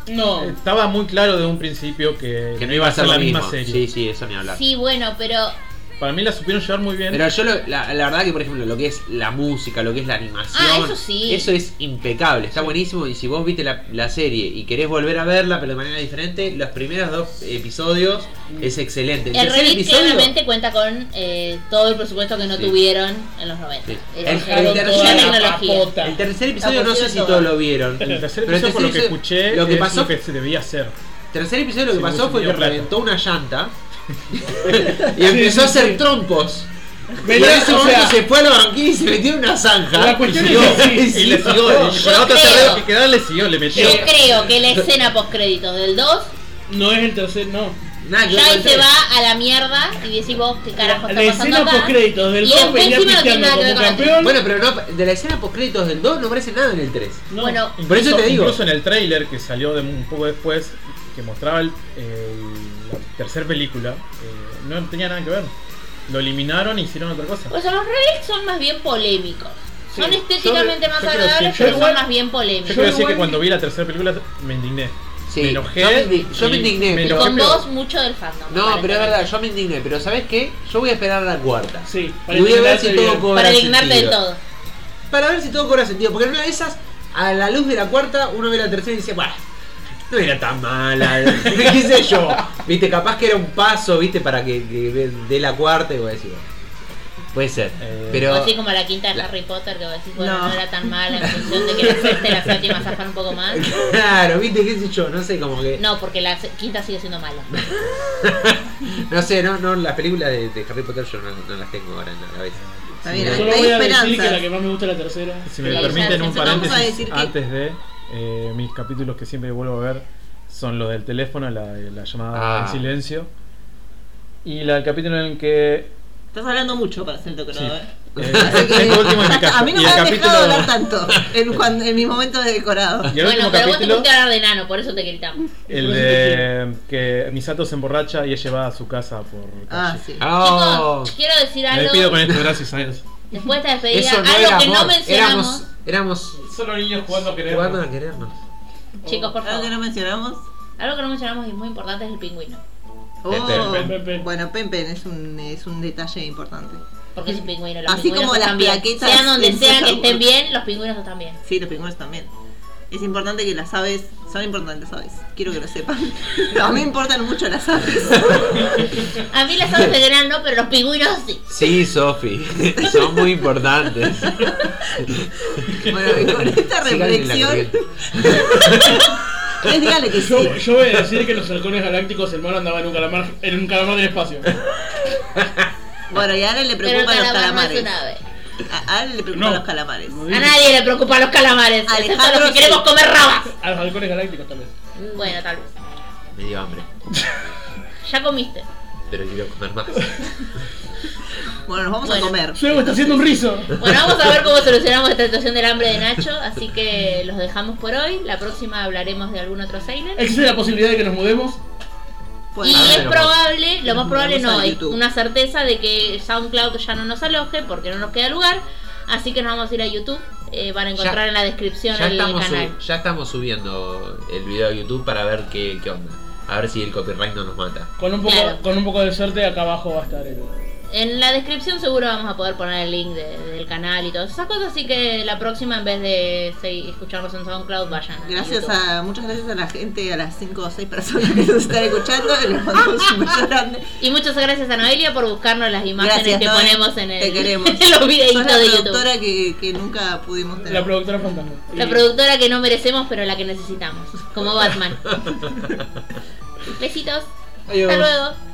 [SPEAKER 4] No.
[SPEAKER 8] Estaba muy claro de un principio que,
[SPEAKER 2] Que no iba a ser
[SPEAKER 8] la
[SPEAKER 2] lo
[SPEAKER 8] misma
[SPEAKER 2] mismo.
[SPEAKER 8] serie.
[SPEAKER 2] Sí, sí, eso ni hablar.
[SPEAKER 3] sí, bueno, pero
[SPEAKER 8] Para mí la supieron llevar muy bien.
[SPEAKER 2] Pero yo, lo- la, la verdad, que por ejemplo, lo que es la música, lo que es la animación,
[SPEAKER 3] Ah, eso sí.
[SPEAKER 2] eso es impecable, está buenísimo. Y si vos viste la, la serie y querés volver a verla, pero de manera diferente, los primeros dos episodios es excelente.
[SPEAKER 3] Mm. el
[SPEAKER 2] tercer
[SPEAKER 3] review
[SPEAKER 2] episodio-
[SPEAKER 3] claramente cuenta con eh, todo el presupuesto que no
[SPEAKER 2] Sí.
[SPEAKER 3] tuvieron en los 90.
[SPEAKER 2] Sí. El-
[SPEAKER 3] El, el,
[SPEAKER 2] el
[SPEAKER 3] la
[SPEAKER 2] tercer-
[SPEAKER 3] tecnología.
[SPEAKER 4] papota.
[SPEAKER 2] El tercer episodio
[SPEAKER 5] La
[SPEAKER 2] no sé si
[SPEAKER 5] pusieron
[SPEAKER 2] todos
[SPEAKER 5] toda.
[SPEAKER 2] lo vieron.
[SPEAKER 8] El tercer
[SPEAKER 2] Pero el
[SPEAKER 8] episodio, por lo que
[SPEAKER 2] tercer
[SPEAKER 8] escuché,
[SPEAKER 2] lo que
[SPEAKER 8] es
[SPEAKER 2] pasó-
[SPEAKER 8] lo que se debía hacer.
[SPEAKER 2] Tercer episodio lo que
[SPEAKER 8] Sí,
[SPEAKER 2] pasó
[SPEAKER 8] mucho
[SPEAKER 2] fue que
[SPEAKER 8] plata.
[SPEAKER 2] reventó una llanta y empezó a hacer trompos. Y en
[SPEAKER 4] Venía,
[SPEAKER 2] ese
[SPEAKER 4] o
[SPEAKER 2] momento
[SPEAKER 4] sea,
[SPEAKER 2] se fue al banquillo y se metió en una zanja.
[SPEAKER 4] La cuestión
[SPEAKER 2] y
[SPEAKER 4] es
[SPEAKER 2] siguió,
[SPEAKER 4] que sí,
[SPEAKER 2] y
[SPEAKER 4] sí,
[SPEAKER 2] le
[SPEAKER 4] no.
[SPEAKER 2] siguió.
[SPEAKER 3] Yo
[SPEAKER 2] llegó hasta
[SPEAKER 3] creo.
[SPEAKER 2] Cerrero, que quedó, le siguió, le metió.
[SPEAKER 3] Yo creo que la escena post créditos del 2
[SPEAKER 4] no es el tercer, no.
[SPEAKER 2] Nada que ver
[SPEAKER 3] ya
[SPEAKER 2] con
[SPEAKER 3] ahí
[SPEAKER 2] el
[SPEAKER 3] se
[SPEAKER 2] tres.
[SPEAKER 3] va a la mierda y decís vos qué carajo
[SPEAKER 4] La
[SPEAKER 3] está pasando
[SPEAKER 4] escena
[SPEAKER 3] acá.
[SPEAKER 4] post créditos del
[SPEAKER 3] Y
[SPEAKER 4] 2
[SPEAKER 3] después
[SPEAKER 4] venía
[SPEAKER 3] encima no tiene
[SPEAKER 4] pisteando
[SPEAKER 3] nada que ver
[SPEAKER 4] como
[SPEAKER 3] con la tres.
[SPEAKER 4] campeón.
[SPEAKER 2] Bueno, pero no, de la escena post créditos del 2 no aparece nada en el 3.
[SPEAKER 4] No.
[SPEAKER 3] Bueno,
[SPEAKER 2] eh, Por eso te digo.
[SPEAKER 8] Incluso en el trailer que salió de un poco después, que mostraba el- el- la tercera película, eh, no tenía nada que ver. Lo eliminaron e hicieron otra cosa.
[SPEAKER 3] Pues los remakes son más bien polémicos.
[SPEAKER 4] Sí.
[SPEAKER 3] Son estéticamente más
[SPEAKER 8] yo creo que
[SPEAKER 3] agradables,
[SPEAKER 8] sí.
[SPEAKER 3] pero
[SPEAKER 8] Yo
[SPEAKER 3] son
[SPEAKER 8] igual-
[SPEAKER 3] más bien
[SPEAKER 8] Yo
[SPEAKER 3] polémicos.
[SPEAKER 8] quiero decir
[SPEAKER 4] igual-
[SPEAKER 8] que cuando vi la tercera película me indigné.
[SPEAKER 2] Sí,
[SPEAKER 8] me enojé.
[SPEAKER 2] yo me indi- yo me
[SPEAKER 8] y
[SPEAKER 2] indigné,
[SPEAKER 8] me
[SPEAKER 3] Y
[SPEAKER 2] pero-
[SPEAKER 8] enojé,
[SPEAKER 3] con
[SPEAKER 8] pero-
[SPEAKER 3] vos mucho del fandom.
[SPEAKER 2] No, pero es
[SPEAKER 3] aparentemente.
[SPEAKER 2] verdad, yo me indigné. Pero ¿sabes qué? Yo voy a esperar la cuarta.
[SPEAKER 4] Sí, para
[SPEAKER 2] y voy a ver si
[SPEAKER 4] indignarte
[SPEAKER 2] todo
[SPEAKER 4] bien.
[SPEAKER 2] cobra
[SPEAKER 3] Para indignarte de
[SPEAKER 2] sentido.
[SPEAKER 3] todo.
[SPEAKER 2] Para ver si todo cobra sentido. Porque en una de esas, a la luz de la cuarta, uno ve la tercera y dice, bueno, no era tan mala. ¿Qué sé yo? Viste, capaz que era un paso, viste, para que, que dé la cuarta y voy a decir, bueno, puede ser.
[SPEAKER 8] Eh,
[SPEAKER 2] Pero.
[SPEAKER 3] O así como la quinta de
[SPEAKER 2] La-
[SPEAKER 3] Harry Potter, que vos decís, bueno,
[SPEAKER 5] No.
[SPEAKER 3] no, era tan mala en función de que la sexta y la séptima zafan un poco más.
[SPEAKER 2] Claro, viste, qué sé yo, no sé, como que.
[SPEAKER 3] No, porque la se- quinta sigue siendo mala.
[SPEAKER 2] No sé, no, no, las películas de, de Harry Potter yo no, no las tengo ahora en la cabeza.
[SPEAKER 5] Está bien,
[SPEAKER 8] Sí,
[SPEAKER 5] hay,
[SPEAKER 4] Solo
[SPEAKER 5] hay
[SPEAKER 4] voy a decir que la
[SPEAKER 5] esperanzas.
[SPEAKER 4] que más me gusta es la tercera.
[SPEAKER 8] Si me
[SPEAKER 3] Sí,
[SPEAKER 8] permiten
[SPEAKER 3] ya,
[SPEAKER 8] un
[SPEAKER 3] ya, vamos a
[SPEAKER 8] paréntesis
[SPEAKER 5] decir que-
[SPEAKER 8] antes de eh, mis capítulos que siempre vuelvo a ver son los del teléfono, la, la llamada
[SPEAKER 2] Ah.
[SPEAKER 8] en silencio. Y la del capítulo en el que
[SPEAKER 5] Estás hablando mucho para ser tocado,
[SPEAKER 8] Sí.
[SPEAKER 5] ¿eh.
[SPEAKER 8] eh,
[SPEAKER 5] Así que-
[SPEAKER 8] tengo último en mi casa.
[SPEAKER 5] a mí no
[SPEAKER 8] y
[SPEAKER 5] me
[SPEAKER 8] el
[SPEAKER 5] han
[SPEAKER 8] capítulo
[SPEAKER 5] dejado hablar tanto en, cuan- en mis momentos de decorado.
[SPEAKER 8] y el
[SPEAKER 3] bueno,
[SPEAKER 8] último
[SPEAKER 3] pero vos te
[SPEAKER 8] capítulo,
[SPEAKER 3] pusiste a hablar de nano, por eso te gritamos.
[SPEAKER 8] el de que Misato se emborracha y es llevada a su casa por
[SPEAKER 5] Ah,
[SPEAKER 8] calle.
[SPEAKER 5] sí.
[SPEAKER 2] Oh,
[SPEAKER 3] Chicos, quiero decir
[SPEAKER 8] Me despido
[SPEAKER 3] algo.
[SPEAKER 8] con esto, gracias a Dios.
[SPEAKER 3] Después de esta despedida,
[SPEAKER 2] eso no
[SPEAKER 3] algo
[SPEAKER 2] era
[SPEAKER 3] que no
[SPEAKER 2] amor,
[SPEAKER 3] mencionamos.
[SPEAKER 2] éramos, éramos
[SPEAKER 8] Solo niños jugando a
[SPEAKER 2] jugando a querernos.
[SPEAKER 3] Chicos, por
[SPEAKER 5] Algo
[SPEAKER 3] favor.
[SPEAKER 5] que no mencionamos.
[SPEAKER 3] Algo que no mencionamos y es muy importante es el pingüino.
[SPEAKER 5] Oh.
[SPEAKER 4] Pen, pen, pen.
[SPEAKER 5] Bueno, Pempen es un, es un detalle importante.
[SPEAKER 3] Porque es un pingüino. Los
[SPEAKER 5] Así
[SPEAKER 3] pingüinos
[SPEAKER 5] como las
[SPEAKER 3] están bien.
[SPEAKER 5] plaquetas
[SPEAKER 3] Sean donde
[SPEAKER 5] en
[SPEAKER 3] sean que
[SPEAKER 5] Singapur.
[SPEAKER 3] estén bien, los pingüinos están bien.
[SPEAKER 5] Sí, los pingüinos también. Es importante que las aves, son importantes las aves, quiero que lo sepan. A mí me importan mucho las aves.
[SPEAKER 3] A mí las aves en general no, pero los pingüinos sí.
[SPEAKER 2] Sí, Sofi, son muy importantes.
[SPEAKER 5] Bueno, y con esta
[SPEAKER 2] Sigan en la
[SPEAKER 5] reflexión,
[SPEAKER 2] corriente.
[SPEAKER 5] les Pues dígale que sí.
[SPEAKER 4] Yo, yo voy a decir que los halcones galácticos, hermano, andaban en un calamar, en un calamar del espacio.
[SPEAKER 5] Bueno, y ahora le
[SPEAKER 3] Pero el
[SPEAKER 5] preocupan los
[SPEAKER 3] calamar no es
[SPEAKER 5] calamares.
[SPEAKER 3] un ave.
[SPEAKER 5] A- Ahora le preocupan
[SPEAKER 4] No.
[SPEAKER 5] los calamares.
[SPEAKER 3] A nadie le preocupan los calamares. Excepto a los
[SPEAKER 5] Alejandro,
[SPEAKER 3] que queremos
[SPEAKER 5] sí.
[SPEAKER 3] comer rabas.
[SPEAKER 4] A los halcones galácticos tal vez.
[SPEAKER 3] Bueno, tal vez.
[SPEAKER 2] Me dio hambre,
[SPEAKER 3] Ya comiste.
[SPEAKER 2] pero quiero comer más.
[SPEAKER 5] Bueno, nos vamos
[SPEAKER 3] Bueno.
[SPEAKER 5] a comer.
[SPEAKER 4] Suego está haciendo un rizo.
[SPEAKER 3] Bueno, vamos a ver cómo solucionamos esta situación del hambre de Nacho. Así que los dejamos por hoy. La próxima hablaremos de algún otro seinen.
[SPEAKER 4] ¿Existe la posibilidad de que nos mudemos?
[SPEAKER 5] Pues,
[SPEAKER 3] Y
[SPEAKER 2] Ah,
[SPEAKER 3] es
[SPEAKER 2] pero-
[SPEAKER 3] probable, lo más probable
[SPEAKER 5] Vamos a
[SPEAKER 3] no, hay
[SPEAKER 5] YouTube.
[SPEAKER 3] una certeza de que SoundCloud ya no nos aloje porque no nos queda lugar. Así que nos vamos a ir a YouTube. eh, van a encontrar
[SPEAKER 2] Ya-
[SPEAKER 3] en la descripción
[SPEAKER 2] Ya
[SPEAKER 3] el
[SPEAKER 2] estamos,
[SPEAKER 3] canal.
[SPEAKER 2] sub- ya estamos subiendo el video a YouTube para ver qué, qué onda. A ver si el copyright no nos mata.
[SPEAKER 4] Con un poco,
[SPEAKER 3] Claro.
[SPEAKER 4] con un poco de suerte acá abajo va a estar el.
[SPEAKER 3] En la descripción seguro vamos a poder poner el link de- del canal y todas esas cosas. Así que la próxima, en vez de se- escucharnos en SoundCloud, vayan.
[SPEAKER 5] Gracias
[SPEAKER 3] YouTube.
[SPEAKER 5] a, muchas gracias a la gente, a las 5 o 6 personas que nos están escuchando. Les mandamos un beso grande.
[SPEAKER 3] Y muchas gracias a Noelia por buscarnos las imágenes
[SPEAKER 5] Gracias,
[SPEAKER 3] que
[SPEAKER 5] Noe,
[SPEAKER 3] ponemos en, el,
[SPEAKER 5] te queremos.
[SPEAKER 3] en los
[SPEAKER 5] Sos la
[SPEAKER 3] videitos de YouTube.
[SPEAKER 5] productora que, que nunca pudimos tener.
[SPEAKER 4] La productora fantasma.
[SPEAKER 3] La
[SPEAKER 4] Y-
[SPEAKER 3] productora que no merecemos, pero la que necesitamos. Como Batman. Besitos. Hasta luego.